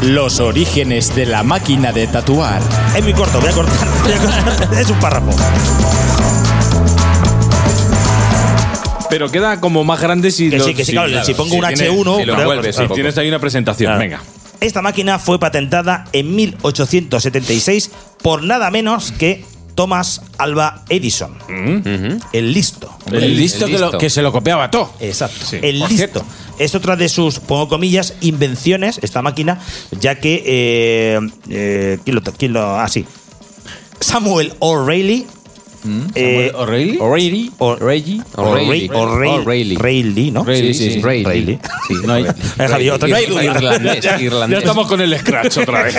S17: Los orígenes de la máquina de tatuar.
S5: Es muy corto, voy a cortar. voy a cortar. es un párrafo.
S3: Pero queda como más grande si
S5: Que
S3: lo-
S5: sí, que sí, claro, si pongo un
S3: tiene-
S5: H1,
S3: si lo
S5: pero-
S3: vuelves,
S5: claro. pues.
S3: si tienes ahí una presentación,
S5: Claro.
S3: venga.
S5: Esta máquina fue patentada en 1876 por nada menos que Thomas Alba Edison.
S14: Mm.
S5: El listo.
S14: Hombre, El listo el que lo- listo. que se lo copiaba todo.
S5: Exacto.
S14: Sí,
S5: el
S14: por
S5: listo. Es otra de sus, pongo comillas, invenciones, esta máquina, ya que. eh, eh, ¿Quién lo.? Quién lo ah, sí. Samuel O'Reilly. eh,
S14: O'Reilly.
S5: O'Reilly. O'Reilly. O'Reilly.
S6: Mm. O'Reilly.
S5: O'Reilly, ¿no?
S6: Sí, sí, sí.
S5: O'Reilly.
S6: Sí,
S5: No hay- Eh, Javier, otra vez.
S6: Irlandés,
S5: Ya- ya
S6: irlandés.
S5: estamos
S3: con el scratch otra vez.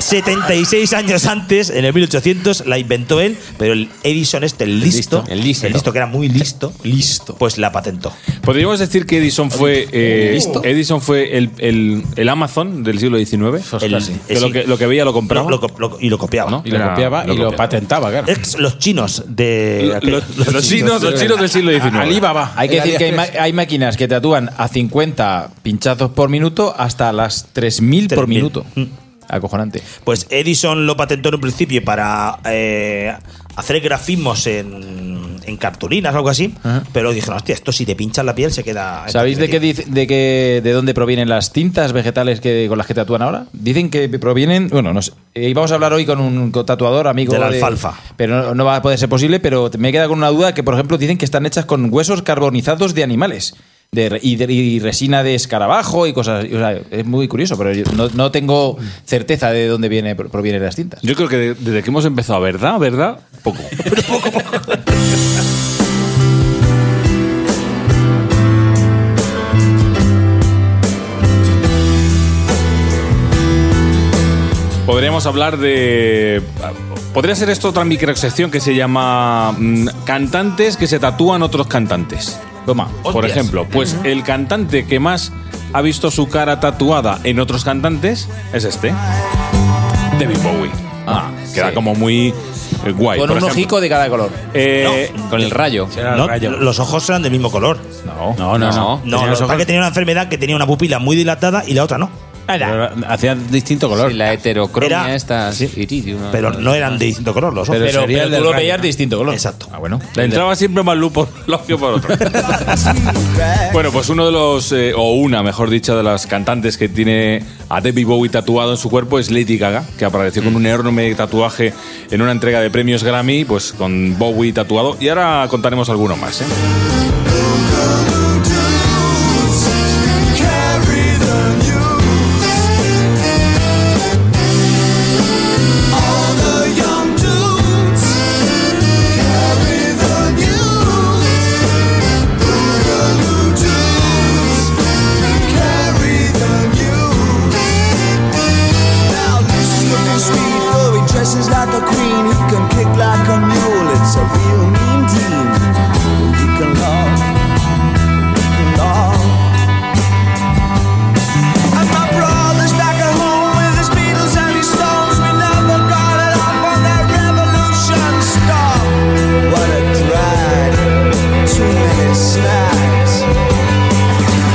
S5: 76 años antes, en el 1800, la inventó él, pero el Edison este, el listo, el listo, que era muy listo, listo, pues la patentó.
S3: Podríamos decir que Edison fue eh, Edison fue el, el- el Amazon del siglo XIX.
S5: El-
S3: que lo,
S5: sí.
S3: que, lo que veía lo compraba.
S5: Lo- lo- lo- y lo copiaba.
S3: Y lo copiaba y lo
S14: patentaba, claro.
S5: Ex- los chinos de.
S3: Lo- los chinos- los chinos del siglo XIX.
S11: Alibaba. Hay que
S3: El
S11: decir que hay, ma-
S3: AliExpress.
S11: hay máquinas que tatúan a 50 pinchazos por minuto hasta las 3.000
S5: 3.000.
S11: por minuto.
S14: Mm.
S11: Acojonante.
S5: Pues Edison lo patentó en un principio para eh, hacer grafismos en, en cartulinas o algo así, pero dijeron, hostia, esto si te pinchas la piel se queda.
S11: ¿Sabéis de qué dice- de qué de dónde provienen las tintas vegetales que con las que tatúan ahora? Dicen que provienen, bueno, no sé. Eh, vamos a hablar hoy con un co- tatuador amigo
S5: De la alfalfa.
S11: Pero no, no va a poder ser posible, pero me queda con una duda que por ejemplo dicen que están hechas con huesos carbonizados de animales. de re- y, de- y resina de escarabajo y cosas. así. O sea, es muy curioso, pero yo no, no tengo certeza de dónde viene, provienen las tintas.
S3: Yo creo que de- desde que hemos empezado, ¿verdad? ¿Verdad? Poco. Podríamos hablar de. Podría ser esto otra microexcepción que se llama mm, Cantantes que se tatúan otros cantantes.
S11: Toma.
S3: Por
S11: Hostias.
S3: ejemplo, pues el cantante que más ha visto su cara tatuada en otros cantantes es este. David Bowie. Ah, queda como muy eh, guay.
S11: con
S3: Por
S11: un
S3: ejemplo,
S11: ojico de cada color.
S3: eh,
S6: Con el rayo.
S5: No, Los ojos eran del mismo color.
S14: No,
S6: no, no.
S5: No,
S6: Tenía
S5: lo
S6: los
S5: que pasa es
S6: ojos-
S5: que tenía una enfermedad que tenía una pupila muy dilatada y la otra no.
S14: Hacía distinto color.
S6: la heterocromia esta. iridium,
S5: Pero no eran de distinto color los ojos.
S14: Pero- Sería el del rayo.
S11: de distinto color.
S5: Exacto.
S11: Ah, bueno.
S3: Le entraba siempre más luz por un ojo que por otro. bueno, pues uno de los, eh, o una, mejor dicho, de las cantantes que tiene a David Bowie tatuado en su cuerpo es Lady Gaga, que apareció con un enorme tatuaje en una entrega de premios Grammy, pues con Bowie tatuado. Y ahora contaremos alguno más, ¿eh?
S2: Dresses like a queen, he can kick like a mule. It's a real mean team. He can love, he can love. And my brother's back at home with his Beatles and his Stones. We never got it up on that revolution stuff. What a drag. Too many snacks.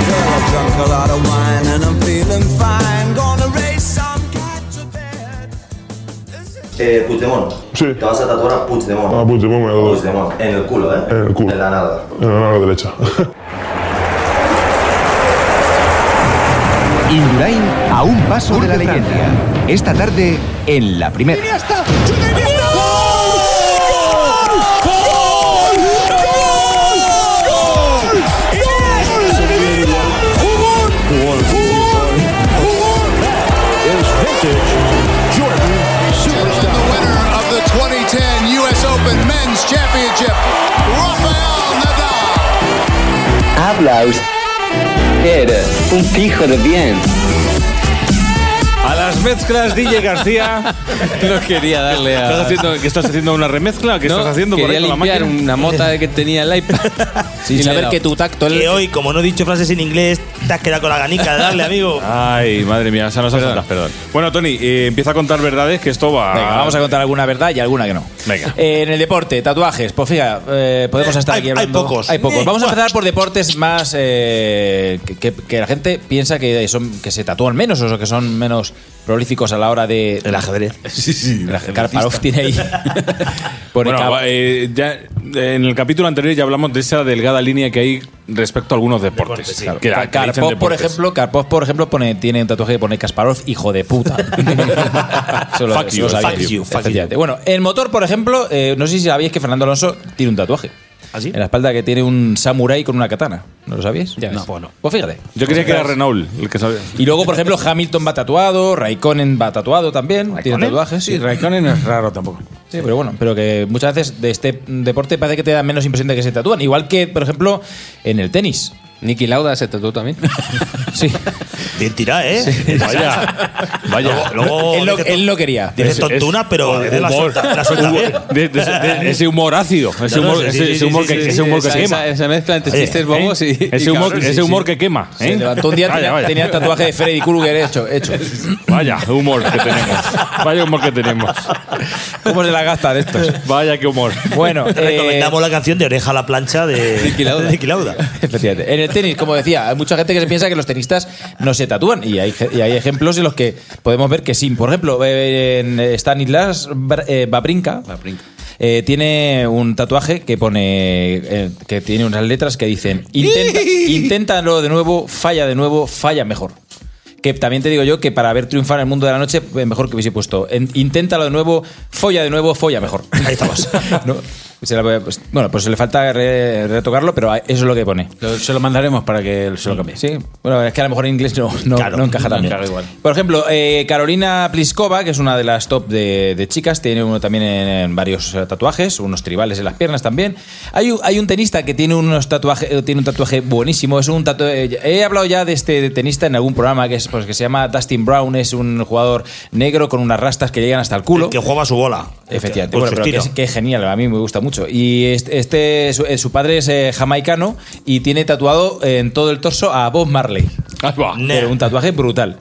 S2: Girl, I drunk a lot of wine and I'm feeling fine. Gonna raise some cat to
S18: Eh, Puigdemont. Sí. Te vas a tatuar a Puigdemont.
S19: Ah, Puigdemont me lo doy.
S18: Puigdemont. En el culo, ¿eh?
S19: En el culo.
S18: En la nada.
S19: En la mano derecha.
S20: Indurain a un paso de la leyenda. Esta tarde en la primera.
S21: The winner of the 2010 U.S. Open Men's Championship, Rafael Nadal.
S22: Hablaus. Eres un pijo de bien.
S3: A las mezclas, DJ García.
S14: No quería darle a.
S3: ¿Estás haciendo, ¿Qué estás haciendo? ¿Una remezcla? ¿Qué
S14: No,
S3: estás haciendo por
S14: quería
S3: ahí con la
S14: limpiar
S3: máquina?
S14: una mota que tenía el iPad. sin saber que tu tacto.
S5: Que hoy, como no he dicho frases en inglés, te has quedado con la ganica de darle, amigo.
S3: Ah. Ay, madre mía, esa nos perdón. perdón. Bueno, Tony, eh, empieza a contar verdades que esto va.
S11: Venga, vamos a contar alguna verdad y alguna que no.
S3: Ah. Venga.
S11: Eh, en el deporte, tatuajes, pues fija, eh, podemos estar aquí hablando. Hay pocos. Hay pocos. Vamos a empezar por deportes más eh, que, que- que la gente piensa que son que se tatúan menos o que son menos prolíficos a la hora de. El ajedrez. Sí, sí. Karparov tiene ahí. Por el
S3: bueno,
S11: cabo.
S3: va, eh, ya, eh, en el capítulo anterior ya hablamos de esa delgada línea que hay respecto a algunos deportes.
S11: Claro.
S3: Que la- que le dicen
S11: Karpov, por
S3: deportes.
S11: ejemplo, Karpov, por ejemplo, pone, tiene un tatuaje que pone Kasparov, hijo de puta. Eso lo-
S3: Fuck
S11: eso
S3: you,
S11: lo sabía.
S3: fuck you, fuck you.
S11: Efectivamente. Bueno, el motor, por ejemplo, eh, no sé si sabíais que Fernando Alonso tiene un tatuaje.
S3: ¿Ah,
S5: ¿Así?
S11: En la espalda que tiene un samurái con una katana. ¿No lo sabíais? no. Pues fíjate.
S3: Yo creía que era Renault el que sabía.
S11: Y luego, por ejemplo, Hamilton va tatuado, Raikkonen va tatuado también, tiene tatuajes. Sí, Raikkonen es raro tampoco. Sí, pero bueno, pero que muchas veces de este deporte parece que te da menos impresión de que se tatúan. Igual que, por ejemplo, en el tenis. Niki Lauda se tatuó también. sí.
S5: Bien tirá, ¿eh?
S3: Vaya. Vaya.
S5: Luego,
S11: él, lo, él lo quería.
S5: Dices tontuna, pero de la
S3: humor.
S5: suelta- la suelta bien.
S3: De- de- de- ese humor ácido. Ese
S6: No, no,
S3: humor,
S6: sí,
S3: ese,
S6: sí,
S3: ese
S6: sí,
S3: humor
S6: sí,
S3: que,
S6: sí,
S3: ese
S6: sí,
S3: humor que
S6: esa-
S3: quema. ¿eh?
S6: esa- esa mezcla entre chistes bobos y- y
S3: Ese humor,
S6: cabrones,
S3: ese
S6: sí,
S3: humor
S6: sí.
S3: que quema.
S6: Se
S3: ¿eh?
S6: levantó
S11: un día,
S3: Vaya,
S11: tenía,
S3: vaya.
S11: tenía el tatuaje de Freddy Krueger hecho, hecho.
S3: Vaya humor que tenemos. Vaya humor que tenemos.
S11: ¿Cómo se la gasta de estos?
S3: Vaya qué humor.
S11: Bueno, eh,
S5: Recomendamos la canción de Oreja a la plancha de
S11: Niki Lauda.
S5: de Niki Lauda.
S11: Efectivamente. En el tenis, como decía, hay mucha gente que se piensa que los tenistas no se tatúan. Y hay, y hay ejemplos en los que podemos ver que sí. Por ejemplo, eh, en eh, Stanislas Br- eh, Babrinka. eh, tiene un tatuaje que pone eh, que tiene unas letras que dicen "Intenta- inténtalo de nuevo falla de nuevo falla mejor que también te digo yo que para ver triunfar en el mundo de la noche eh, mejor que hubiese puesto en- inténtalo de nuevo folla de nuevo folla mejor ahí estamos bueno pues le falta re- retocarlo pero eso es lo que pone
S14: se lo mandaremos para que se lo cambie.
S11: Sí. Bueno, es que a lo mejor en inglés no, no, no encaja
S14: no
S11: tan bien.
S14: encaja igual.
S11: Por ejemplo, eh, Carolina Pliskova, que es una de las top de, de chicas, tiene uno también en, en varios eh, tatuajes, unos tribales en las piernas también. Hay, un- hay un tenista que tiene, unos tatuaje, eh, tiene un tatuaje buenísimo. Es un tatu- eh, He hablado ya de este tenista en algún programa que, es, pues, que se llama Dustin Brown. Es un jugador negro con unas rastas que llegan hasta el culo.
S5: Que juega su bola.
S11: Efectivamente,
S5: Con
S11: bueno,
S5: su
S11: pero que es,
S5: estilo.
S11: que es genial, a mí me gusta mucho. Y este, este- su, eh, su padre es eh, jamaicano y tiene tatuado en todo el torso a Bob Marley. Pero un tatuaje brutal.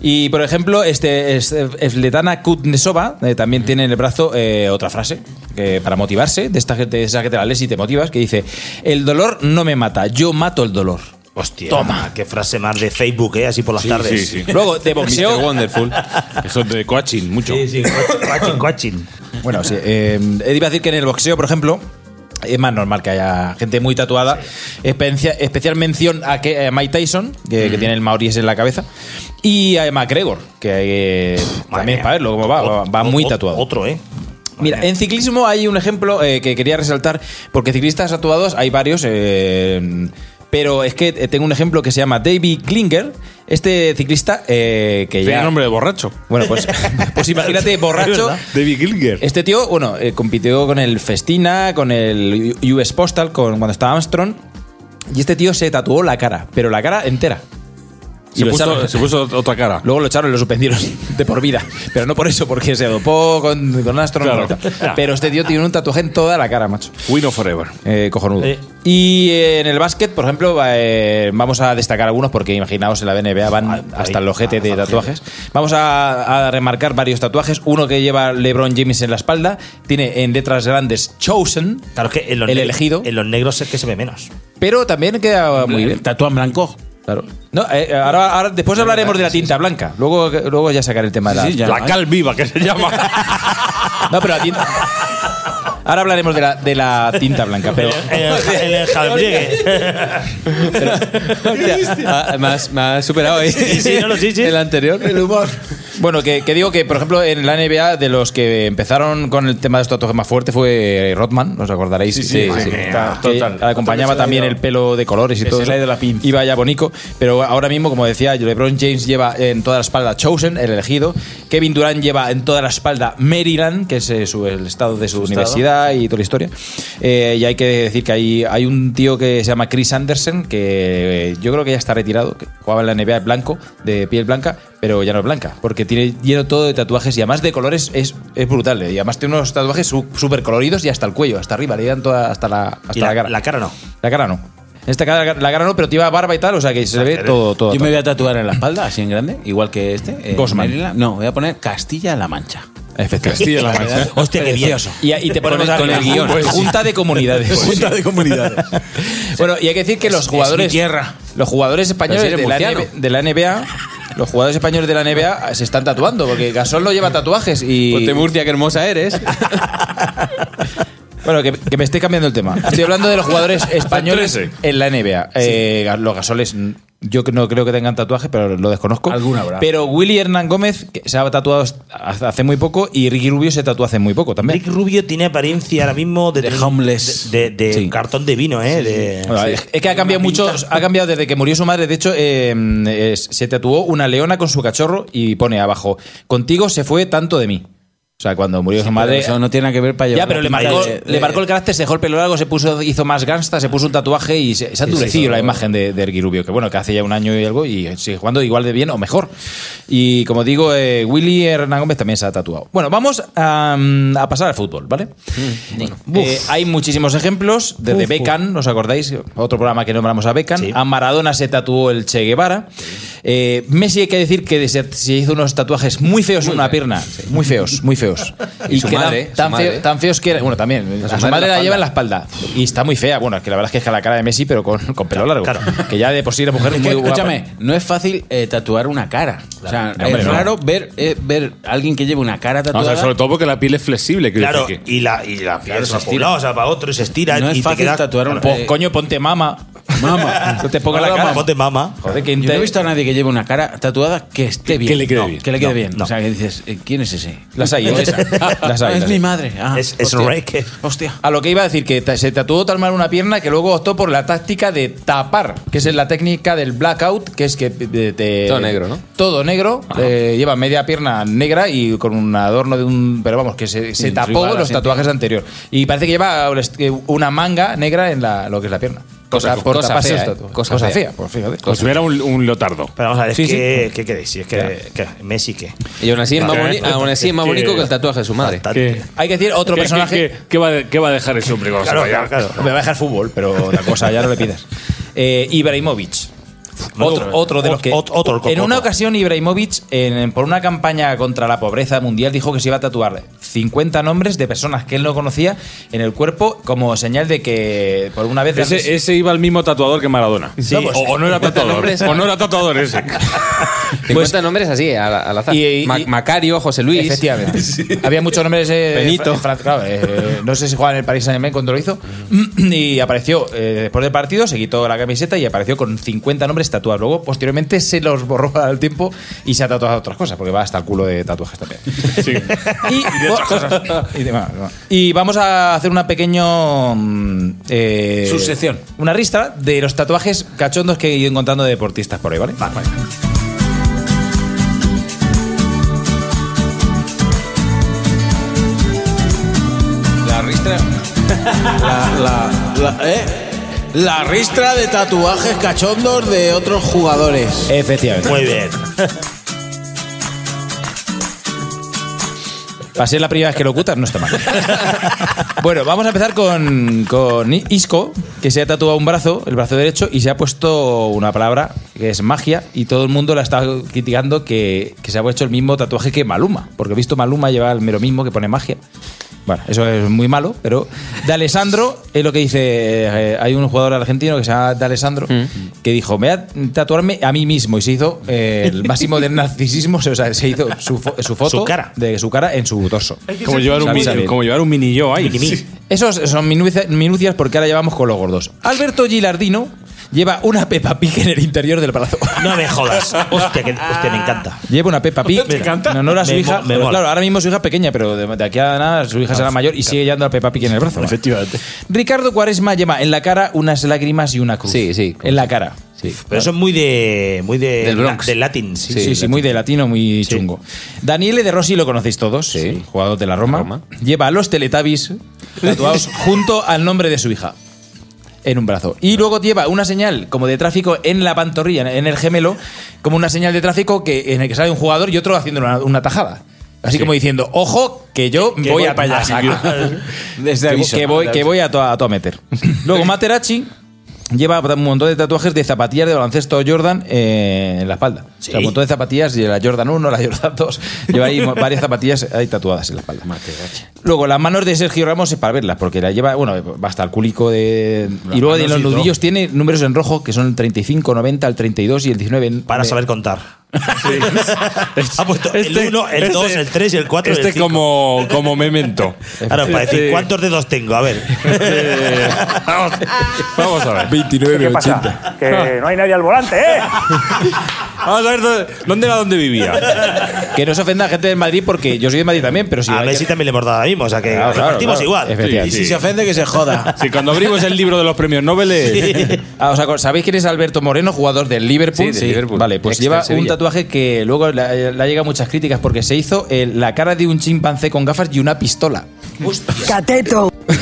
S11: Y por ejemplo, este es- Svetlana Kuznetsova eh, también tiene en el brazo eh, otra frase que para motivarse, de esta gente, de esa que te la lees y te motivas, que dice: El dolor no me mata, yo mato el dolor.
S5: Hostia, Toma. Qué frase más de Facebook, ¿eh? Así por las
S11: Sí,
S5: tardes.
S11: sí, sí. Luego, de boxeo- Mr. Wonderful.
S3: Eso es de coaching, mucho.
S5: Sí, sí, coaching, coaching.
S11: Bueno, sí. eh, iba a decir que en el boxeo, por ejemplo, es más normal que haya gente muy tatuada. Especia- especial mención a, que, a Mike Tyson, que,
S5: Mm.
S11: que tiene el maoríes en la cabeza. Y a McGregor, que eh, también es para verlo cómo va. va- Va muy tatuado.
S5: Otro, ¿eh?
S11: Mira, en ciclismo hay un ejemplo eh, que quería resaltar, porque ciclistas tatuados hay varios, eh, pero es que eh, tengo un ejemplo que se llama David Klinger, este ciclista eh, que
S3: Tiene
S11: ya...
S3: nombre de borracho.
S11: Bueno, pues, pues imagínate, borracho.
S3: David Gilger.
S11: Este tío, bueno, eh, compitió con el Festina, con el U- US Postal, con cuando estaba Armstrong, y este tío se tatuó la cara, pero la cara entera. Y
S3: Se
S11: lo
S3: puso,
S11: echaron.
S3: se puso otra cara.
S11: Luego lo echaron y lo suspendieron de por vida. Pero no por eso, porque se dopó con, con un astronauta.
S3: Claro, claro.
S11: Pero este tío tiene un tatuaje en toda la cara, macho.
S3: Win of Forever.
S11: Eh, cojonudo. Y eh, en el básquet, por ejemplo, va, eh, vamos a destacar algunos porque imaginaos en la BNBA van hasta el ojete de tatuajes. Vamos a, a remarcar varios tatuajes. Uno que lleva LeBron James en la espalda, tiene en letras grandes Chosen,
S5: Claro, es que en los
S11: el
S5: ne-
S11: elegido,
S5: En los negros es que se ve menos.
S11: pero también queda muy bien. Tatúan blanco. Claro. No, eh, eh, ahora, ahora- después hablaremos de la tinta blanca. Luego, luego ya sacaré el tema de la,
S3: Sí, sí, ya. La cal viva, que se llama.
S11: No, pero la tinta. Ahora hablaremos de la, de la tinta blanca. Pero,
S14: Eh,
S5: En el, ja- en el jaldriegue.
S6: Ah, me, has, me has superado ahí.
S11: El anterior. El humor. Bueno, que, que digo que, por ejemplo, en la NBA, de los que empezaron con el tema de estos tatuajes más fuerte fue Rodman, ¿os acordaréis?
S14: Sí, sí, madre mía,
S11: Que
S14: total.
S11: Acompañaba
S14: Total,
S11: también
S14: se le ha
S11: el
S14: ido-
S11: pelo de colores y
S14: se
S11: todo.
S14: le ha ido la pinza.
S11: Y vaya bonico. Pero ahora mismo, como decía, LeBron James lleva en toda la espalda Chosen, el elegido. Kevin Durant lleva en toda la espalda Maryland, que es eh, su- el estado de su,
S14: estado.
S11: universidad y toda la historia. Eh, y hay que decir que hay, hay un tío que se llama Chris Anderson, que eh, yo creo que ya está retirado, que jugaba en la NBA blanco, de piel blanca, pero ya no es blanca, porque tiene lleno todo de tatuajes y además de colores es, es brutal. eh, Y además tiene unos tatuajes súper coloridos y hasta el cuello, hasta arriba, le llegan toda, hasta, la, hasta
S5: Y
S11: la,
S5: la-
S11: cara.
S5: la cara no.
S11: La cara no. En esta cara la cara no, pero lleva barba y tal, o sea que se le ve todo, todo.
S14: Yo me
S11: todo.
S14: voy a tatuar en la espalda, así en grande, igual que este. eh,
S11: Gosman.
S14: Maryland. No, voy a poner Castilla-La Mancha.
S11: Efectivamente.
S14: Castilla-La Mancha.
S5: Hostia, qué bien.
S14: Precioso.
S11: Y, y te ponemos
S14: Con el-
S11: a-
S14: con el guión.
S11: Pues sí. Junta de comunidades.
S14: Junta de comunidades.
S11: Bueno, y hay que decir que los jugadores.
S14: Es mi tierra.
S11: Los jugadores españoles
S14: Pero si
S11: de
S14: eres
S11: la, NBA,
S14: murciano.
S11: de la NBA. Los jugadores españoles de la NBA se están tatuando porque Gasol no lleva tatuajes y.
S14: Pues
S6: Ponte Murcia, qué hermosa eres.
S11: Bueno, que, que me estoy cambiando el tema. Estoy hablando de los jugadores españoles
S6: Trece.
S11: en la NBA. Eh, ga- los gasoles, mm, yo que no creo que tengan tatuajes, pero lo desconozco.
S14: Alguna habrá.
S11: Pero Willy Hernán Gómez que se ha tatuado hace hace muy poco y Ricky Rubio se tatuó hace muy poco también.
S5: Rick Rubio tiene apariencia ahora mismo de, tener-
S14: homeless.
S5: de, de cartón de vino, ¿eh? De-
S11: Bueno,
S5: sí.
S11: es- Es que ha cambiado mucho, ha cambiado desde que murió su madre. De hecho, eh, eh, se tatuó una leona con su cachorro y pone abajo: Contigo se fue tanto de mí. O sea, cuando murió su madre.
S14: Eso no tiene nada que ver para llevar.
S11: Ya, pero le marcó, le marcó el carácter, se dejó el pelo largo, se puso, hizo más gangsta, se puso un tatuaje y se, se ha
S14: Sí,
S11: endurecido
S14: sí, todo.
S11: la imagen de, de Ergui Rubio, que bueno, que hace ya un año y algo y sigue jugando igual de bien o mejor. Y como digo, eh, Willy Hernán Gómez también se ha tatuado. Bueno, vamos a, mm, a pasar al fútbol, ¿vale? Eh, hay muchísimos ejemplos, desde
S14: Uf,
S11: Beckham, ¿os acordáis? Otro programa que nombramos a Beckham. A Maradona se tatuó el Che Guevara. Eh, Messi hay que decir que se, se hizo unos tatuajes muy feos en una pierna. Muy feos, muy feos.
S6: Y
S11: Y,
S6: su
S11: que tan-
S6: madre, su
S11: tan, feo-
S6: madre.
S11: tan feos que era. Bueno, también.
S6: A
S11: A
S6: su
S11: su,
S6: madre
S11: madre
S6: en la
S11: la lleva en la
S6: espalda.
S11: espalda. Y está muy fea. Bueno, es que la verdad es que es que la cara de Messi, pero con, con pelo largo. Que ya de por sí era mujer
S14: Es que,
S11: muy guapa.
S14: escúchame, no es fácil eh, tatuar una cara. O sea,
S11: No, hombre,
S14: es
S11: no.
S14: raro ver, eh, ver a alguien que lleve una cara
S3: Vamos a
S14: tatuada.
S3: ver, sobre todo porque la piel es flexible. quiero
S5: Claro,
S3: decir que-
S5: y la, y la piel
S3: Claro,
S5: se
S3: se
S5: va
S3: estira.
S5: por un lado, se va para otro y se estira. ¿eh?
S14: No
S5: y
S14: es
S5: te
S14: fácil
S5: queda- eh,
S14: tatuar un
S11: Pues, coño, ponte mama.
S14: Mama.
S11: No te pongas la
S5: Ahora
S11: cara.
S5: ponte mama.
S11: Joder, que
S14: Yo no he
S11: inte-
S14: visto a nadie que lleve una cara tatuada que esté bien.
S11: que le quede
S14: No,
S11: bien.
S14: Que le quede
S11: No,
S14: bien.
S11: no.
S14: O sea, que dices, eh, ¿quién es ese?
S11: Las hay,
S14: ¿Quién
S11: ¿eh?
S14: es esa?
S11: Las hay, las
S14: Ah, es
S11: hay.
S14: mi madre. Ah,
S5: Es, eh. es
S14: hostia.
S5: Rey que-
S14: Hostia.
S11: A lo que iba a decir, que ta- se tatuó tan mal una pierna que luego optó por la táctica de tapar, que es la técnica del blackout, que es que te- te-
S6: Todo negro, ¿no?
S11: Todo negro, eh, lleva media pierna negra y con un adorno de un... Pero vamos, que se, se
S14: Intriga
S11: tapó
S14: a la
S11: los
S14: gente.
S11: tatuajes anteriores. Y parece que lleva eh, una manga negra en la, lo que es la pierna.
S6: Cosa-
S11: O sea, por
S6: cosa
S11: taparse
S6: fea,
S11: los
S6: ¿eh?
S11: tatuajes.
S6: Cosa
S11: Cosa
S6: fea.
S11: fea, pues fíjate.
S3: Como si hubiera un, un leotardo.
S5: Pero vamos a ver, es
S11: Sí,
S5: que, ¿qué queréis? Si es que, que Messi, ¿qué?
S6: Y aún así es más,
S3: Claro.
S6: boni- aún así es más
S3: Que-
S6: bonito que el tatuaje de su madre.
S3: ¿Qué,
S11: Hay que decir otro
S3: qué-
S11: personaje...
S3: qué- qué va, de- qué va a dejar ese hombre cuando se
S5: Claro,
S3: vaya?
S5: claro, claro.
S11: Me va a dejar fútbol, pero la cosa ya no le pidas. Eh, Ibrahimovic. Otro, otro de los que.
S5: Ot- otro, otro,
S11: en una
S5: otro.
S11: ocasión, Ibrahimovic, en- por una campaña contra la pobreza mundial, dijo que se iba a tatuar 50 nombres de personas que él no conocía en el cuerpo como señal de que por una vez.
S3: Ese, ese iba al mismo tatuador que Maradona.
S11: Sí.
S3: o, o no era tatuador.
S6: nombres.
S3: O no era tatuador ese.
S6: 50 nombres así, al, al azar.
S11: Y- y-
S6: Ma-
S11: y-
S6: Macario, José Luis.
S11: Efectivamente. Había muchos nombres. eh,
S6: Benito.
S11: en Fran- claro, eh, no sé si jugaba en el Paris Saint Germain cuando lo hizo. Y apareció eh, después del partido, se quitó la camiseta y apareció con 50 nombres tatuados. Luego, posteriormente, se los borró al tiempo y se ha tatuado otras cosas, porque va hasta el culo de tatuajes también.
S3: Sí.
S11: Y, y de- bueno, no. Y vamos a hacer una pequeño mm, eh,
S14: Subsección.
S11: Una ristra de los tatuajes cachondos que he ido encontrando de deportistas por ahí, ¿vale? Vale.
S14: La ristra. La, la, la- ¿eh? La ristra de tatuajes cachondos de otros jugadores.
S11: Efectivamente.
S5: Muy bien.
S11: Para ser la primera vez que locutas, no está mal. bueno, vamos a empezar con, con Isco, que se ha tatuado un brazo, el brazo derecho, y se ha puesto una palabra que es magia, y todo el mundo la está criticando que, que se ha puesto el mismo tatuaje que Maluma, porque he visto Maluma llevar el mero mismo que pone magia. Bueno, eso es muy malo, pero de Alessandro es lo que dice. eh, hay un jugador argentino que se llama de Alessandro que dijo: Me voy a tatuarme a mí mismo. Y se hizo eh, el máximo del narcisismo, o sea, se hizo su, fo- su foto
S5: Su cara.
S11: de su cara en su torso.
S3: Como llevar, un
S11: Sabe,
S3: mini,
S11: sabe.
S3: como llevar un mini yo ahí. Sí.
S11: Esos son minucia- minucias porque ahora llevamos con los gordos. Alberto Gilardino lleva una Peppa Pig en el interior del brazo.
S5: No me jodas. Hostia, que, hostia, me encanta.
S11: Lleva una Peppa Pig
S5: ¿Te encanta?
S11: en honor a su
S5: Me
S11: hija.
S5: mo- me
S11: Pero
S5: mola. Ah,
S11: claro, ahora mismo su hija es pequeña, pero de, de aquí a nada su hija será mayor y sigue llevando a Peppa Pig en el brazo.
S14: Efectivamente.
S11: Ricardo Cuaresma lleva en la cara unas lágrimas y una cruz.
S6: Sí, sí.
S11: En la cara.
S6: Sí.
S5: Pero eso es muy de. Muy de.
S6: Del Bronx.
S5: de latín, sí.
S11: Sí, sí, muy de latino, muy chungo. Daniele de Rossi lo conocéis todos, jugador de la Roma.
S6: Roma.
S11: Lleva a los Teletubbies tatuados junto al nombre de su hija. en un brazo. Y luego lleva una señal como de tráfico en la pantorrilla, en- en el gemelo, como una señal de tráfico que, en el que sale un jugador y otro haciendo una, una tajada.
S23: Sí.
S11: Así como diciendo, ojo, que yo
S23: Que
S11: voy
S23: voy
S11: a
S23: para allá.
S11: a sacar.
S23: Desde
S11: que,
S23: aviso.
S11: que voy,
S23: Desde
S11: que voy a toda a toda meter. Luego Materazzi lleva un montón de tatuajes de zapatillas de baloncesto Jordan eh, en la espalda. O sea, un montón de zapatillas, de la Jordan 1, la Jordan 2. Lleva ahí mo- varias zapatillas ahí tatuadas en la espalda. Luego las manos de Sergio Ramos es para verlas, porque la lleva, bueno, va hasta el culico de... y luego de
S23: manos
S11: los
S23: y todo.
S11: nudillos tiene números en rojo que son el 35, 90, el 32 y el Eh, 19.
S5: Para saber contar. Ha puesto
S3: Este-
S5: el 1, el
S3: este-
S5: 2, el 3 y el 4 y
S3: Este
S5: el 5.
S3: como, como memento.
S11: este-
S5: Claro, para decir
S3: Sí.
S5: cuántos dedos tengo, a ver.
S3: vamos, vamos a ver. 29,
S24: ¿Qué pasa? Que no hay nadie al volante, ¿eh?
S3: Vamos a ver dónde, dónde era donde vivía.
S11: Que no se ofenda a gente de Madrid porque yo soy de Madrid también, pero si
S5: A Messi también le hemos dado ahora mismo, o sea que
S11: Claro, claro,
S5: repartimos
S11: claro.
S5: igual.
S11: Efectivamente.
S5: Sí, sí.
S11: ofende, que se joda.
S3: Si cuando abrimos el libro de los premios Nobel. eh, es-
S11: Ah, os acor- ¿Sabéis quién es Alberto Moreno, jugador del Liverpool?
S3: Sí, del Liverpool.
S11: Vale, pues
S3: Ex del
S11: lleva un
S3: Sevilla.
S11: tatuaje que luego le ha- le ha llegado muchas críticas porque se hizo eh, la cara de un chimpancé con gafas y una pistola.
S25: Cateto.
S11: O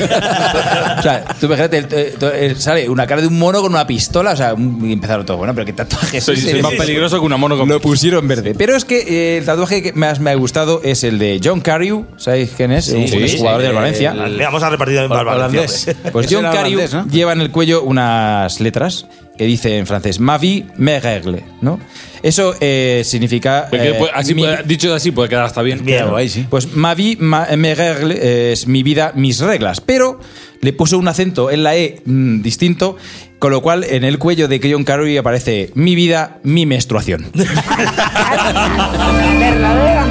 S11: sea, tú imagínate, el- eh, to- eh, sale una cara de un mono con una pistola, o sea, un- y empezaron todos, bueno, pero qué tatuaje es
S3: Soy,
S11: ese?
S3: soy más peligroso que una mono con.
S11: Lo pusieron verde. Pero es que eh, el tatuaje que más me ha gustado es el de John Carew, ¿sabéis quién es? un jugador del Valencia.
S5: Le vamos a repartir al
S11: Hol-
S5: Valencia.
S11: holandés. Pues John Cariu lleva en el cuello unas letras que dice en francés Ma vie, mes règles, ¿no? Eso eh, significa...
S3: Porque
S11: eh,
S3: puede- Pues así
S11: mi-
S3: puede- dicho así puede quedar hasta bien.
S11: Claro. Pues ma vie, ma- mes règles eh, es mi vida, mis reglas. Pero le puso un acento en la E mm, distinto, con lo cual en el cuello de John Cariu aparece mi vida, mi menstruación.
S10: Verdadera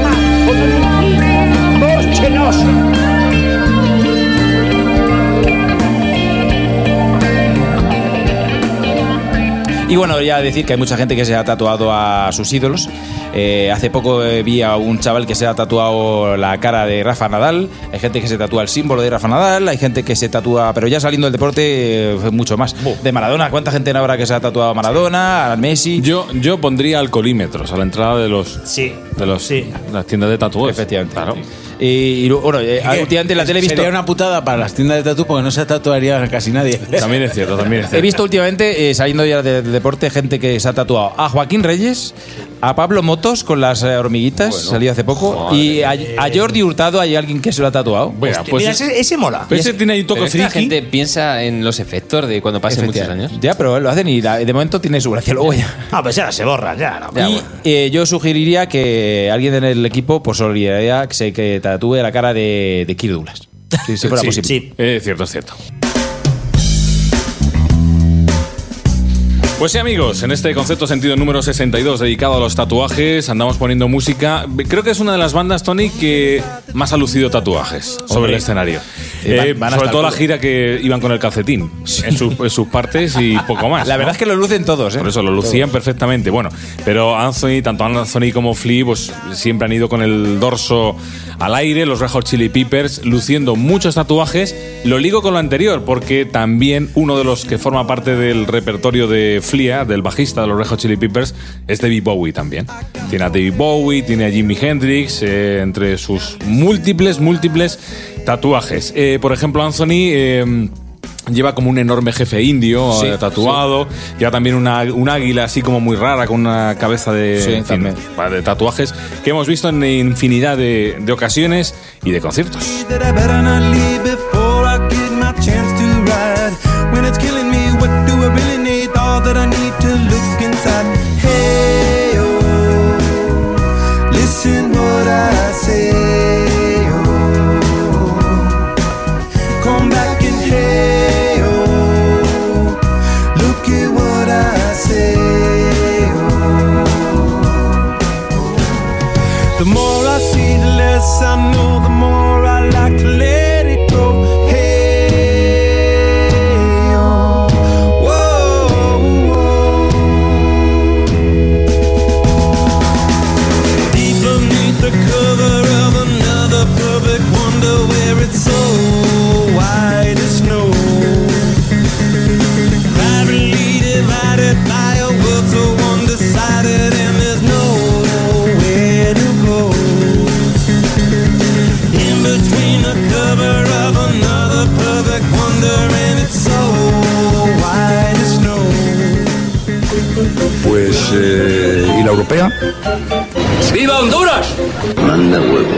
S10: Borchenoso.
S11: Y bueno, ya decir que hay mucha gente que se ha tatuado a sus ídolos. Eh, hace poco eh, vi a un chaval que se ha tatuado la cara de Rafa Nadal. Hay gente que se tatúa el símbolo de Rafa Nadal. Hay gente que se tatúa, pero ya saliendo del deporte, eh, mucho más. De Maradona, ¿cuánta gente ahora que se ha tatuado a Maradona, a Messi?
S3: Yo, yo pondría alcoholímetros a la entrada de los de los, las tiendas de tatuajes. Efectivamente. pues, Claro.
S11: Y, y lu- bueno, eh,
S3: que
S11: últimamente en la tele he visto-
S23: Sería una putada para las tiendas de tatu porque no se tatuaría casi nadie.
S3: También es cierto, también es
S11: He visto últimamente, eh, saliendo ya del deporte, gente que se ha tatuado a Joaquín Reyes, a Pablo Motos con las eh, hormiguitas, salió hace poco,
S3: Joder.
S11: y a, a Jordi Hurtado hay alguien que se lo ha tatuado.
S3: Bueno, Hostia, pues mira, ese-
S5: mola.
S6: Pero es- pero es que La gente piensa en los efectos de cuando pasen muchos años.
S11: Ya, pero lo hacen y la- de momento tiene su gracia luego ya.
S5: Ah, pues ya se borran, ya. no.
S11: y eh, yo sugeriría que alguien en el equipo, por solidaridad, que se que tatúe la cara de, de Kirk Douglas. Si, si fuera
S3: Sí,
S11: posible.
S3: sí. Es Eh, cierto, es cierto. Pues sí amigos, en este concepto sentido número 62 dedicado a los tatuajes, andamos poniendo música. Creo que es una de las bandas, Tony, que más ha lucido tatuajes sobre
S11: Hombre.
S3: el escenario.
S11: Eh, van-
S3: Eh,
S11: van hasta
S3: sobre
S11: el
S3: todo la
S11: codo.
S3: gira que iban con el calcetín, en, sus- en sus partes y poco más.
S11: La verdad es que lo lucen todos, ¿eh?
S3: Por eso, lo lucían perfectamente. Bueno, pero Anthony, tanto Anthony como Flea, pues siempre han ido con el dorso al aire, los Red Hot Chili Peppers, luciendo muchos tatuajes. Lo ligo con lo anterior, porque también uno de los que forma parte del repertorio de Flea, del bajista de los Red Hot Chili Peppers, es David Bowie también. Tiene a David Bowie, tiene a Jimi Hendrix, eh, entre sus múltiples, múltiples tatuajes. Eh, por ejemplo, Anthony... eh, Lleva como un enorme jefe indio
S11: Sí,
S3: eh, tatuado. Lleva también una, un águila así como muy rara con una cabeza de,
S11: Sí,
S3: en fin, de tatuajes que hemos visto en infinidad de, de ocasiones y de conciertos.
S10: That I better not leave before I get my chance to ride. When it's killing me, what do I really need? All that I need to look inside. Hey, oh, listen what I say. oh. Come back and hey, oh, look at what I say. oh. The more I see, the less I know. The more I like to let it go. Hey, oh, whoa, whoa. Deep beneath the cover of another perfect wonder, where it's so white as snow. Privately divided by a world so undecided, and there's nowhere to go. In between the cover of another perfect wonder, and it's so
S26: eh, y la europea.
S27: ¡Viva Honduras!
S26: Manda huevo.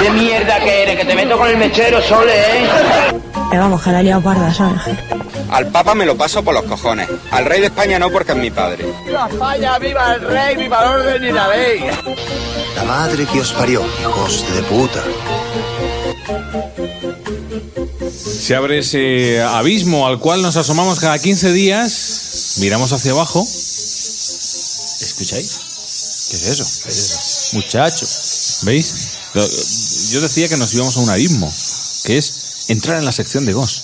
S27: ¿Qué mierda que eres? Que te meto con el mechero, Sole, ¿eh?
S1: Pero vamos, que la liado parda, ¿sabes?
S2: Al Papa me lo paso por los cojones. Al rey de España no porque es mi padre.
S27: ¡Viva España! ¡Viva el rey! ¡Viva el orden y la ley!
S2: La madre que os parió, hijos de puta.
S3: Se abre ese abismo al cual nos asomamos cada 15 días, miramos hacia abajo.
S10: ¿Escucháis?
S3: ¿Qué es eso? Muchacho. ¿Veis? Lo- Yo decía que nos íbamos a un abismo, que es entrar en la sección de Ghost.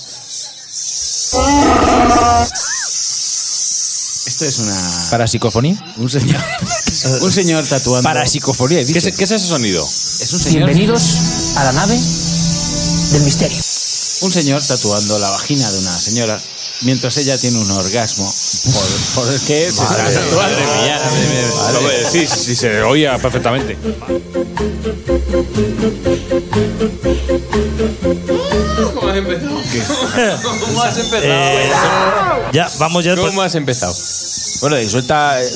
S28: Esto es una.
S10: ¿Parapsicofonía?
S28: Un señor. un señor tatuando.
S10: Parapsicofonía, ¿Qué es,
S3: ¿Qué es ese sonido?
S28: Es un señor.
S29: Bienvenidos a la nave del misterio.
S28: Un señor tatuando la vagina de una señora mientras ella tiene un orgasmo. Por, por el que se está
S3: Madre
S28: tatuando.
S3: mía. Lo ve- Sí, sí, sí, se oía perfectamente.
S6: ¿Cómo has empezado? ¿Cómo has
S5: Eh, ya, vamos ya.
S6: ¿Cómo has empezado?
S10: Bueno, y suelta. eh,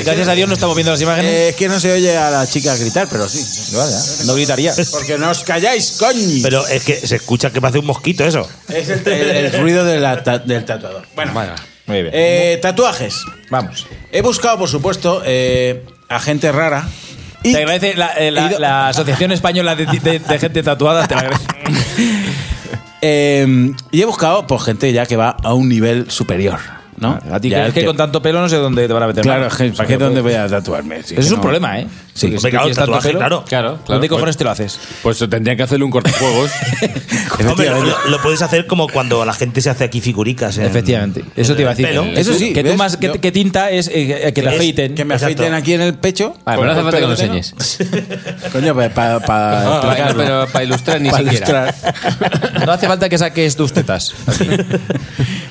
S5: Eh,
S10: gracias a Dios no estamos viendo las imágenes.
S11: Eh, es que no se oye a la chica gritar, pero sí.
S10: No gritaría.
S11: Porque no os calláis, coño.
S5: Pero es que se escucha que parece un mosquito eso.
S11: Es el, el ruido de la ta- del tatuador. Bueno,
S10: muy bien.
S11: Eh, tatuajes.
S10: Vamos.
S11: He buscado, por supuesto, eh, a gente rara.
S10: Te agradece la, eh, la- la Asociación Española de, de- de Gente Tatuada, te la agradece.
S11: Eh, y he buscado por gente ya que va a un nivel superior. ¿No?
S10: A ti, que es que con tanto pelo no sé dónde te van a meter.
S11: Claro,
S10: mano.
S11: gente, ¿para qué dónde voy a tatuarme? Sí
S10: Eso es
S11: que
S10: un
S11: no.
S10: problema, ¿eh?
S11: Sí.
S10: Porque
S11: Hombre,
S10: tú
S11: claro,
S10: tienes tanto
S11: tatuaje,
S10: pelo,
S11: claro.
S10: claro.
S11: Claro.
S10: ¿Dónde cojones te lo haces?
S3: Pues tendría que hacerle un cortafuegos.
S5: Hombre, lo, lo puedes hacer como cuando la gente se hace aquí figuricas. en-
S10: Efectivamente. Eso te iba a decir.
S5: Pelo.
S10: Eso sí. Que tú
S5: ¿ves?
S10: más que,
S5: Yo-
S10: que tinta es eh, que te
S5: Es-
S10: afeiten. Ah,
S11: Que me
S10: Exacto.
S11: afeiten aquí en el pecho.
S6: Vale, pero no hace falta que lo enseñes.
S11: Coño, para pa, pa-
S6: No,
S11: explicarlo.
S6: pero para ilustrar ni
S11: Ah, Pa'
S6: siquiera.
S10: No hace falta que saques tus tetas.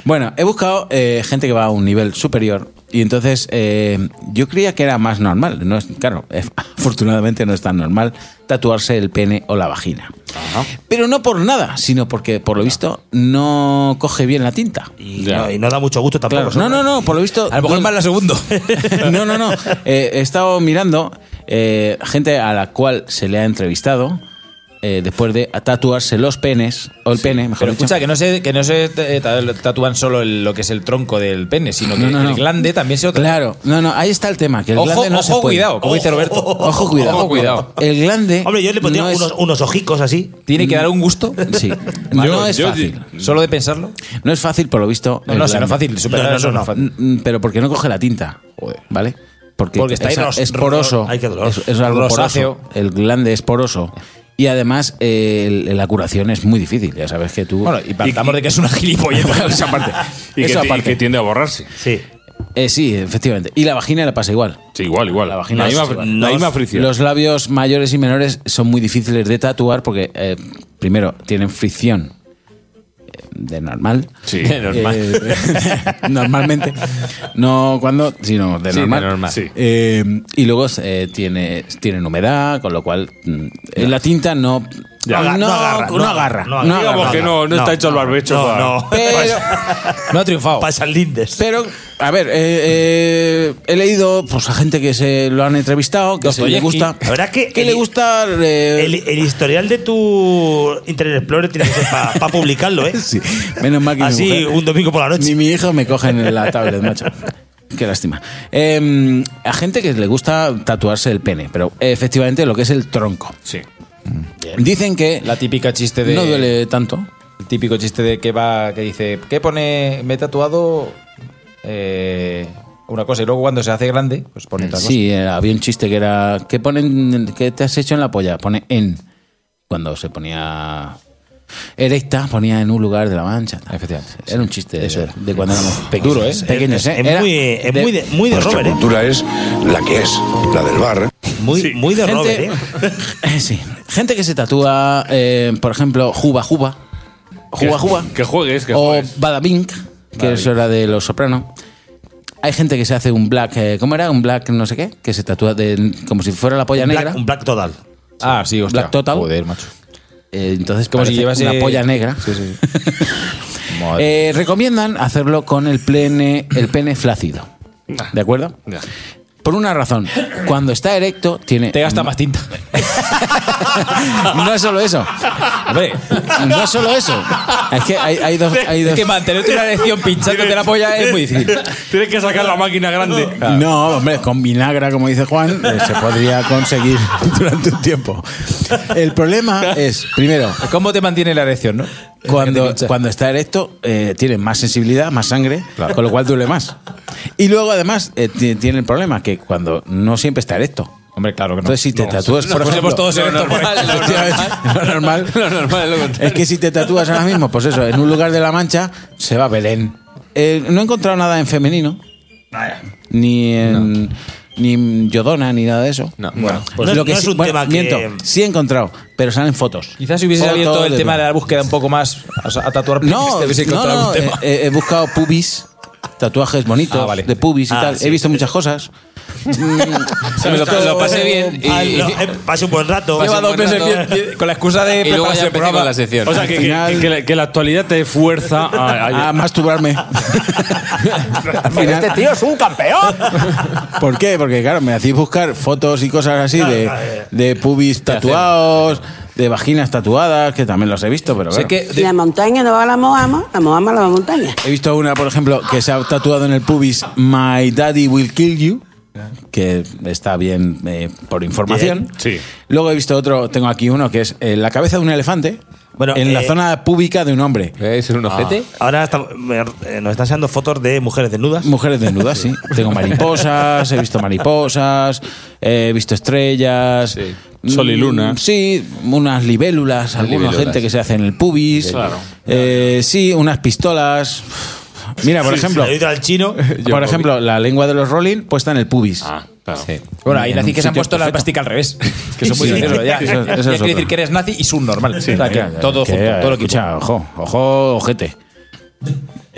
S11: Bueno, he buscado eh, gente que va a un nivel superior y entonces eh, yo creía que era más normal. No es, claro, eh, afortunadamente no es tan normal tatuarse el pene o la vagina. Pero no por nada, sino porque por lo visto no coge bien la tinta.
S5: Y, no, y no da mucho gusto tampoco.
S11: Claro, no, no, no, por lo visto.
S10: A lo mejor
S11: no-
S10: más la segundo.
S11: no, no, no. Eh, he estado mirando eh, gente a la cual se le ha entrevistado eh, después de tatuarse los penes, o el pene, mejor
S10: Pero
S11: dicho.
S10: escucha, que no se, que no se eh, ta- tatúan solo el- lo que es el tronco del pene, sino que
S11: No, no,
S10: el
S11: no.
S10: glande también se lo
S11: Claro, no, no, ahí está el tema. Que el
S10: Ojo,
S11: glande no se
S10: ojo,
S11: puede.
S10: cuidado, como dice Roberto.
S11: Ojo, cuidado.
S10: Ojo, cuidado.
S11: El glande.
S5: Hombre, yo le pondría
S11: no es-
S5: unos, unos ojicos así.
S10: Tiene que dar un gusto.
S11: Mm. Sí. no es fácil.
S10: Solo de pensarlo.
S11: No es fácil, por lo visto.
S10: No,
S11: el
S10: no, o sea, no es
S11: glande.
S10: fácil. Superar
S5: No, no,
S10: eso
S5: no,
S10: no,
S5: no.
S10: es fácil.
S11: Mm, Pero porque no coge la tinta. ¿Vale? Porque,
S10: Porque está
S11: es,
S10: ahí ros-
S11: es poroso.
S5: Ay, qué dolor.
S11: Es, es algo
S10: Rosáceo.
S11: poroso. El glande es poroso. Y además, eh, el- la curación es muy difícil. Ya sabes que tú.
S10: Bueno, y partamos de que es una gilipollez.
S3: Esa parte. Y que,
S11: Esa
S3: ti-
S11: parte.
S3: y que tiende a borrarse.
S5: Sí.
S11: Eh, sí, efectivamente. Y la vagina le pasa igual.
S3: Sí, igual, igual. La,
S11: vagina es-
S3: misma, la
S5: los-
S3: misma fricción.
S11: Los labios mayores y menores son muy difíciles de tatuar porque, eh, primero, tienen fricción eh, de normal.
S3: Sí,
S11: Eh, normalmente. No cuando, sino de
S6: Sí, de
S11: normal.
S6: normal.
S3: Sí.
S11: Eh, y luego eh, tiene, tienen humedad, con lo cual mm, eh, la tinta no.
S5: No aga- no agarra,
S11: no
S5: no
S11: agarra,
S5: no
S11: no
S5: agarra.
S11: agarra.
S3: Digamos que no, no, está hecho el barbecho. para-
S5: No, no.
S11: Pero-
S10: No ha triunfado.
S5: Pasan lindes.
S11: Pero, a ver, eh, eh, he leído pues, a gente que se lo han entrevistado, que se le
S10: Dostoyevsky.
S11: gusta.
S5: La verdad es que
S11: que
S5: el-
S11: le gusta. eh,
S5: El, el historial de tu Internet Explorer tiene que ser para publicarlo, ¿eh?
S11: sí. Menos mal que mi
S5: Así
S11: mujer-
S5: un domingo por la noche.
S11: Ni mi hijo me coge en la tablet, macho. Qué lástima. Eh, a gente que le gusta tatuarse el pene, pero eh, efectivamente lo que es el tronco.
S3: Sí.
S11: Dicen que
S10: La típica chiste de.
S11: no duele tanto.
S10: El típico chiste de que va. Que dice. ¿Qué pone? Me he tatuado. eh, una cosa. Y luego cuando se hace grande, pues pone otra cosa.
S11: Sí, eh, había un chiste que era ¿qué ponen qué te has hecho en la polla? Pone en cuando se ponía erecta ponía en un lugar de la mancha. tal.
S10: Efectivamente,
S11: Era un chiste
S10: Eso
S11: de,
S10: era.
S11: de cuando éramos pequeños.
S10: Duro, ¿eh?
S11: Pequeños, ¿eh?
S5: Es
S11: Era
S5: muy, es muy de, muy de
S26: Nuestra
S5: Robert, ¿eh?
S26: cultura es la que es, la del bar.
S5: Muy, muy de Robert,
S11: gente,
S5: ¿eh?
S11: sí. gente que se tatúa, eh, por ejemplo, Juba Juba. Juba Juba.
S3: Que juegues, que
S11: O
S3: juegues.
S11: Bada Bink, que es hora de los soprano. Hay gente que se hace un black, eh, ¿cómo era? Un black no sé qué, que se tatúa de- como si fuera la polla
S5: Un
S11: negra.
S5: black, un black total.
S10: Ah, sí, hostia.
S11: Black Total.
S10: Joder, macho.
S11: Eh, entonces,
S10: Como
S11: como si
S10: si llevase-
S11: una polla negra.
S10: Sí, sí. Madre.
S11: Eh, recomiendan hacerlo con el pene, el pene flácido. ¿De acuerdo?
S14: Por una razón. Cuando está erecto, tiene. Te gasta más tinta. no es solo eso. Hombre, no es solo eso. Es que hay, hay dos. Hay dos...
S11: Es que mantenerte una erección pinchándote la polla es muy difícil.
S3: Tienes que sacar la máquina grande.
S11: Ah.
S14: No, hombre, con vinagra, como dice Juan, eh, se podría conseguir durante un tiempo. El problema es, primero,
S11: ¿Cómo te mantiene la erección, no?
S14: cuando, cuando está erecto, eh, tiene más sensibilidad, más sangre, con lo cual duele más. Y luego, además, eh, ti- tiene el problema que cuando no siempre está erecto.
S11: Hombre, claro que no.
S14: Entonces, si te
S11: No,
S14: tatúas,
S11: no,
S14: por
S11: pues
S14: ejemplo,
S11: hemos todos
S14: lo
S11: erectos por ahí.
S14: normal,
S11: Lo
S14: efectivamente, lo normal,
S6: Lo normal es lo contrario.
S14: es que si te tatúas ahora mismo, pues eso, en un lugar de la mancha, se va a Belén. Eh, no he encontrado nada en femenino. Ni en. Ni en Yodona, ni nada de eso.
S6: No,
S14: bueno,
S5: No-
S14: lo que
S5: no
S14: sí,
S5: es un
S14: bueno,
S5: tema que- Ah,
S14: miento, sí he encontrado, pero salen fotos.
S11: Quizás si hubieses
S14: Fotos
S11: abierto el tema
S14: todo.
S11: de la búsqueda un poco más o sea, a tatuar
S14: No,
S11: te hubiese
S14: no,
S11: encontrado
S14: no,
S11: algún tema.
S14: he, he buscado pubis, tatuajes bonitos
S11: Ah, vale.
S14: de pubis y
S5: Ah,
S14: tal.
S5: sí.
S14: He visto muchas cosas.
S6: Se me lo, lo pasé bien y,
S5: Ah, no, eh, pase un buen rato.
S6: Lleva dos meses bien-
S11: con la excusa de
S6: y luego
S11: prepararse
S6: ya
S11: el
S6: empecé
S11: programa.
S6: con la sección.
S3: O sea, que, que-
S14: final-
S3: que la, que la actualidad te fuerza a, a-
S14: A masturbarme. Al
S19: Pero
S14: final-
S19: este tío es un campeón.
S14: ¿Por qué? Porque, claro, me hacéis buscar fotos y cosas así de,
S3: eh.
S14: de pubis tatuados, de vaginas tatuadas, que también los he visto, pero
S11: Sé
S14: claro.
S11: que de-
S1: La montaña no va a la Moama, la Moama a la montaña.
S14: He visto una, por ejemplo, que se ha tatuado en el pubis My Daddy Will Kill You, que está bien eh, por información.
S3: Sí.
S14: Luego he visto otro, tengo aquí uno, que es eh, la cabeza de un elefante
S5: Bueno,
S14: en la
S5: eh,
S14: zona púbica de un hombre.
S6: ¿Eh?
S14: Ah.
S6: ¿Es un ojete?
S5: Ahora está- me- eh, nos están enseñando fotos de mujeres desnudas.
S14: Mujeres desnudas, sí. Tengo mariposas, he visto mariposas, eh, he visto estrellas.
S6: Sí.
S3: Sol y luna.
S14: Mm, Sí, unas libélulas, alguna
S6: libélulas.
S14: gente que se hace en el pubis.
S3: Claro.
S14: Eh, sí, unas pistolas. Mira, por ejemplo,
S5: Le he ido al chino.
S14: por ejemplo, la lengua de los rolling puesta en el pubis.
S3: Ah, claro.
S11: Bueno, ahí
S14: En
S11: nazi
S14: un
S11: que se han
S14: sitio
S11: puesto la
S14: perfecto.
S11: plástica al revés. Que son muy
S14: Sí,
S11: graciosos, Ya,
S14: eso- eso
S11: ya
S14: es
S11: quiere
S14: otro.
S11: decir que eres nazi y subnormal. o sea, que
S14: Venga,
S11: todo
S14: que,
S11: junto, todo lo que
S14: escucha, ojo, ojo, ojete.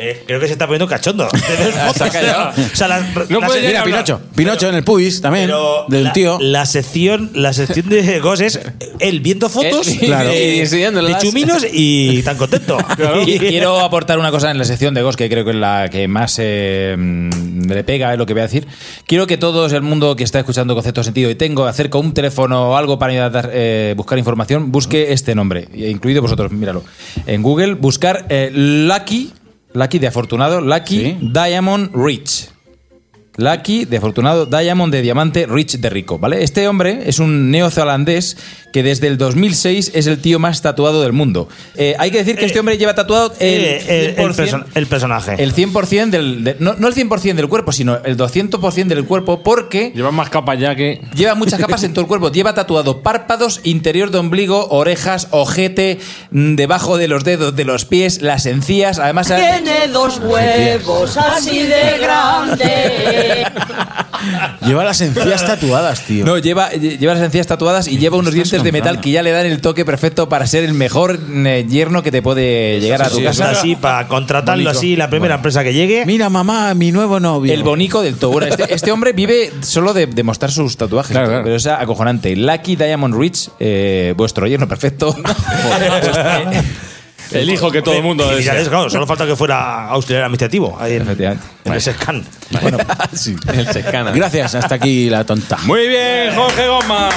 S5: Eh, creo que se está poniendo cachondo. De ver fotos.
S6: callado.
S5: O sea, la- la-
S6: puede
S14: Mira,
S6: llegar, no.
S14: Pinocho. Pinocho en el pubis también,
S5: Pero
S14: de un
S5: la-
S14: tío.
S5: La sección, la sección de Gos es él viendo fotos
S6: Él-
S14: Claro.
S5: de,
S6: y enseñándolas.
S5: de chuminos y tan contento.
S11: Qui- Quiero aportar una cosa en la sección de Ghost, que creo que es la que más eh, mm, le pega, es lo que voy a decir. Quiero que todo el mundo que está escuchando Concepto Sentido y tengo acerca un teléfono o algo para intentar, eh, buscar información, busque este nombre, incluido vosotros, míralo. En Google, buscar eh, Lucky, Lucky de afortunado, Lucky
S14: Sí.
S11: Diamond Rich. Lucky, de afortunado, Diamond de diamante, Rich de rico, ¿vale? Este hombre es un neozelandés que desde el 2006 es el tío más tatuado del mundo. Eh, hay que decir que este hombre lleva tatuado el
S5: Eh, el, el
S11: 100%,
S5: person- el personaje.
S11: el 100% del... de- no, no el 100% del cuerpo, sino el 200% del cuerpo porque...
S3: Llevas más capa ya que.
S11: Lleva muchas capas en todo el cuerpo. Lleva tatuado párpados, interior de ombligo, orejas, ojete, mm, debajo de los dedos de los pies, las encías. Además,
S1: dos huevos así de grande.
S14: Lleva las encías tatuadas, tío.
S11: No, lleva, lleva las encías tatuadas y lleva unos dientes de metal
S14: contando?
S11: que ya le dan el toque perfecto para ser el mejor eh, yerno que te puede llegar a tu
S5: Sí,
S11: casa.
S5: así, para contratarlo así, la primera empresa que llegue.
S14: Mira, mamá, mi nuevo novio.
S11: El bonico del todo. Bueno, Este, este hombre vive solo de, de mostrar sus tatuajes.
S14: Claro, claro.
S11: Pero es acojonante. Lucky Diamond Rich, eh, vuestro yerno perfecto. Pues, eh,
S3: El hijo que todo el mundo
S5: Y ya
S3: desea.
S5: ves, claro, solo falta que fuera auxiliar administrativo. Ahí en,
S11: Efectivamente.
S5: en ese scan.
S6: El secana.
S14: Gracias, hasta aquí la tonta.
S3: Muy bien, Jorge Goma.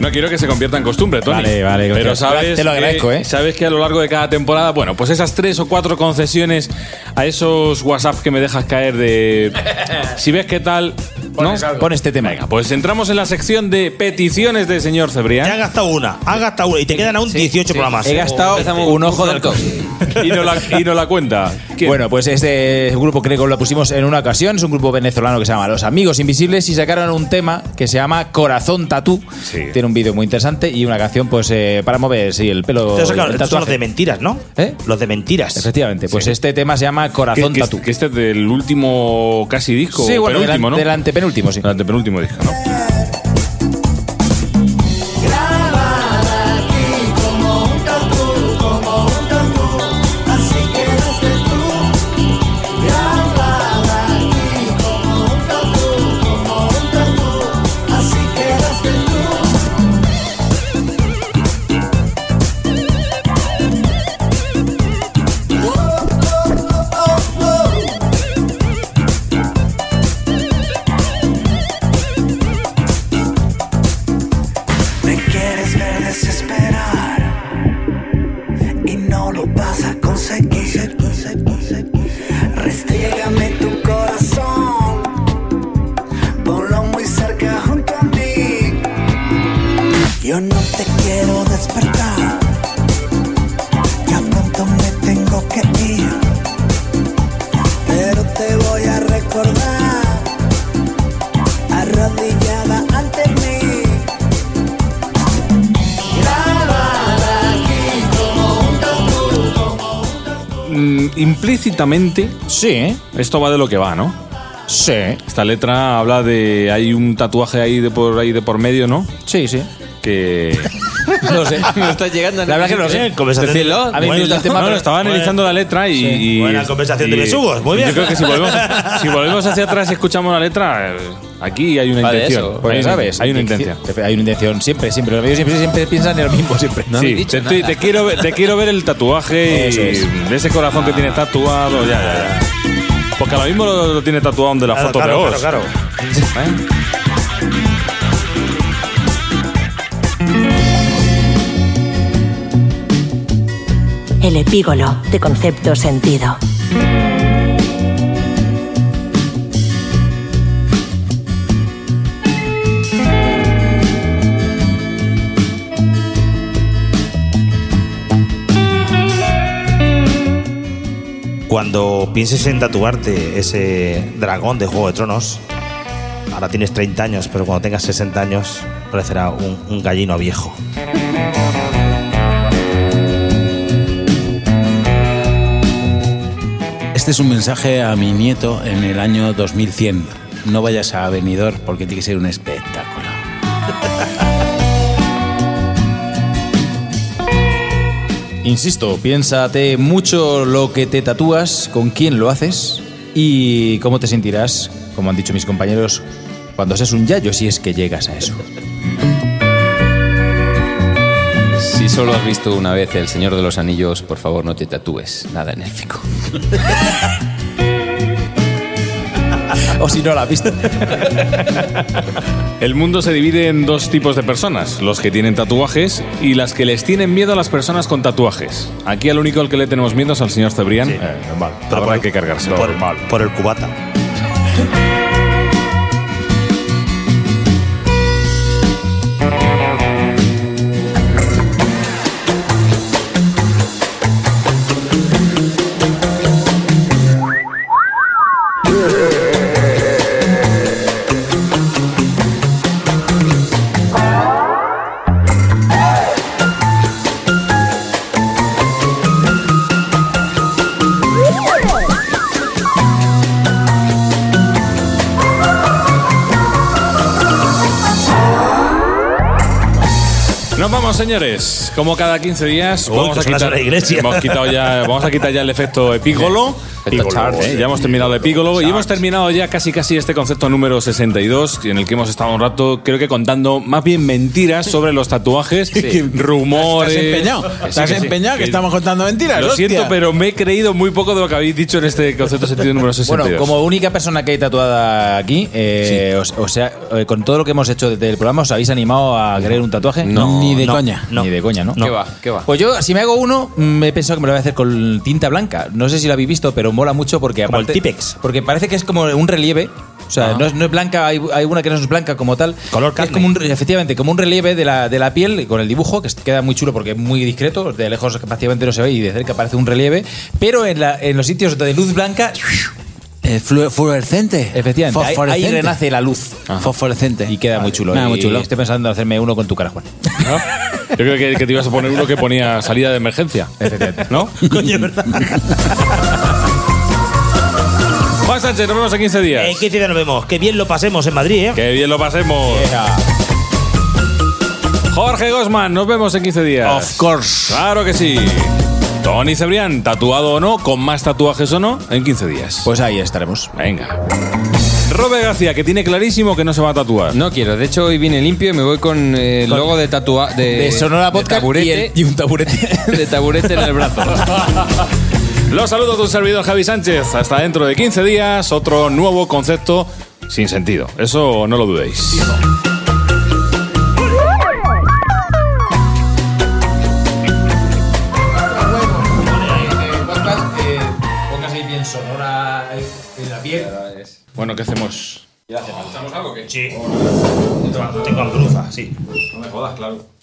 S3: No quiero que se convierta en costumbre, Tony.
S11: Vale, vale,
S3: Pero
S11: gracias.
S3: sabes
S11: Te lo agradezco,
S3: que-
S11: ¿eh?
S3: Sabes que a lo largo de cada temporada, bueno, pues esas tres o cuatro concesiones a esos WhatsApp que me dejas caer de. si ves qué tal. ¿no?
S11: Pon este tema.
S3: Venga, pues entramos en la sección de peticiones del señor
S5: Ya has
S3: Cebrián.
S5: gastado una, has gastado una y te quedan aún 18 programas.
S11: He gastado
S6: Empezamos
S11: un ojo
S6: un
S11: del
S6: alcohol.
S3: Y no la, y no la cuenta. ¿Quién?
S11: Bueno, pues este grupo creo que lo pusimos en una ocasión, es un grupo venezolano que se llama Los Amigos Invisibles y sacaron un tema que se llama Corazón Tatú.
S3: Sí.
S11: Tiene un vídeo muy interesante y una canción pues eh, para mover sí, el pelo.
S5: Entonces, claro,
S11: el
S5: estos son los
S11: tatuaje.
S5: de mentiras, ¿no?
S11: ¿Eh?
S5: Los de mentiras.
S11: Efectivamente, pues
S3: Sí.
S11: este tema se llama
S3: Que-
S11: Corazón
S3: que,
S11: Tatú.
S3: que este es del último casi disco.
S11: Sí,
S3: o
S11: bueno, del,
S3: penúltimo, ¿no?
S11: del antepenúltimo, sí.
S3: Del antepenúltimo disco, ¿no?
S2: Grabada aquí como un tatu, como un tatu, así quedaste tú. Grabada aquí como un tatu, como un tatu, no lo vas a conseguir. Restiégame tu corazón, ponlo muy cerca junto a mí. Yo no te quiero despertar, ya pronto me tengo que ir, pero te voy a recordar, arrodillada ante mí.
S3: Mm, implícitamente.
S11: ¿eh?
S3: Sí. Esto va de lo que va, ¿no? Sí. Esta letra habla de. Hay un tatuaje ahí de por ahí de por medio, ¿no? Sí, sí. Que.
S6: No sé. No está llegando a
S5: La verdad que no lo sé. Conversación-
S6: Decirlo.
S5: A mí me gusta el tema,
S3: No,
S5: pero-
S3: no, estaba
S5: Bueno.
S3: analizando la letra y.
S5: Sí.
S3: y-
S5: Buena conversación de
S3: y-
S5: mis hugos, muy
S3: y
S5: bien.
S3: Yo creo que si volvemos, si volvemos hacia atrás y escuchamos la letra, eh, aquí hay una
S11: Va de
S3: intención.
S11: eso,
S3: Hay
S11: Pues ya
S3: una-
S11: sabes.
S3: Hay una
S11: Intención.
S3: intención.
S11: Hay una intención, siempre, siempre. Los medios siempre, siempre piensan en lo mismo, siempre.
S3: Sí, te, estoy- te quiero ver, te quiero ver el tatuaje
S11: Eso
S3: y
S11: es.
S3: de ese corazón que tiene tatuado. Ya, ya, ya. Porque ahora mismo lo, lo tiene tatuado de la
S5: Claro,
S3: foto
S5: claro,
S3: de Oz.
S5: claro,
S3: ¿Eh?
S9: El epígolo de concepto sentido.
S5: Cuando pienses en tatuarte ese dragón de Juego de Tronos, ahora tienes 30 años, pero cuando tengas 60 años parecerá un, un gallino viejo.
S14: Este es un mensaje a mi nieto en el año 2100. No vayas a Benidorm porque tiene que ser un espectáculo.
S11: Insisto, piénsate mucho lo que te tatúas, con quién lo haces y cómo te sentirás, como han dicho mis compañeros, cuando seas un yayo, si es que llegas a eso.
S6: Si solo has visto una vez El Señor de los Anillos, por favor no te tatúes nada en élfico.
S11: o si no la has visto.
S3: El mundo se divide en dos tipos de personas, los que tienen tatuajes y las que les tienen miedo a las personas con tatuajes. Aquí al único al que le tenemos miedo es al señor Cebrián. Eh, normal. Habrá que cargárselo.
S5: Ah, Por, por el cubata.
S3: Nos vamos, señores. Como cada 15 días,
S5: Uy, que suena la iglesia.
S3: hemos quitado ya- vamos a quitar ya el efecto epígolo.
S5: Efecto Charles.
S3: ¿eh? Ya hemos terminado el epígolo y hemos terminado ya casi casi este concepto número 62, en el que hemos estado un rato, creo que contando más bien mentiras sobre los tatuajes, rumores.
S14: Estás empeñado.
S3: Que sí,
S14: Estás
S3: que sí.
S14: empeñado que estamos contando mentiras.
S3: Lo
S14: hostia.
S3: siento, pero me he creído muy poco de lo que habéis dicho en este concepto sentido número 62.
S11: Bueno, como única persona que hay tatuada aquí, eh, os- o, sea, eh, con todo lo que hemos hecho desde el programa, ¿os habéis animado a querer un tatuaje?
S14: No, Ni de no, coña.
S11: Ni de coña, ¿no?
S6: ¿Qué va? ¿Qué va?
S11: Pues yo, si me hago uno, mm, me he pensado que me lo voy a hacer con tinta blanca. No sé si lo habéis visto, pero mola mucho porque
S5: Como el
S11: aparte-
S5: Tipex.
S11: Porque parece que es como un relieve. O sea, no es, no es blanca, hay, hay una que no es blanca como tal. Color Es como un, re- efectivamente, como un relieve de la, de la piel con el dibujo, que queda muy chulo porque es muy discreto. De lejos prácticamente no se ve y de cerca parece un relieve. Pero en, la- en los sitios de luz blanca,
S14: Eh, flu- fluorescente.
S11: efectivamente, ahí- ahí,
S14: Fosforescente.
S11: renace la luz.
S14: Fosforescente.
S11: Y queda muy chulo.
S14: Nada, muy
S11: Y
S14: chulo.
S11: Estoy pensando en hacerme uno con tu cara, Juan.
S3: Yo creo que, que te ibas a poner uno que ponía salida de emergencia. ¿No?
S5: Coño, es verdad.
S3: Juan Sánchez, nos vemos en 15 días.
S5: En 15 días nos vemos. Qué bien lo pasemos en Madrid, ¿eh?
S3: Que bien lo pasemos. Jorge Gosman, nos vemos en 15 días. Of
S14: course.
S3: Claro que sí. Tony Cebrián, tatuado o no, con más tatuajes o no, en 15 días.
S11: Pues ahí estaremos.
S3: Venga. Robert García, que tiene clarísimo que no se va a tatuar.
S6: No quiero, de hecho hoy vine limpio y me voy con eh, el logo de tatua de,
S11: De Sonora
S6: Eh, de
S11: Podcast y,
S6: taburete, Eh,
S11: el- y un taburete.
S6: de taburete en el brazo.
S3: Los saludo a tu servidor Javi Sánchez. Hasta dentro de 15 días, otro nuevo concepto sin sentido. Eso no lo dudéis.
S6: eh,
S3: Bueno, ¿qué hacemos?
S5: ¿Estamos algo que? Sí. Tengo- Tengo hambruza, sí.
S3: No me jodas, claro.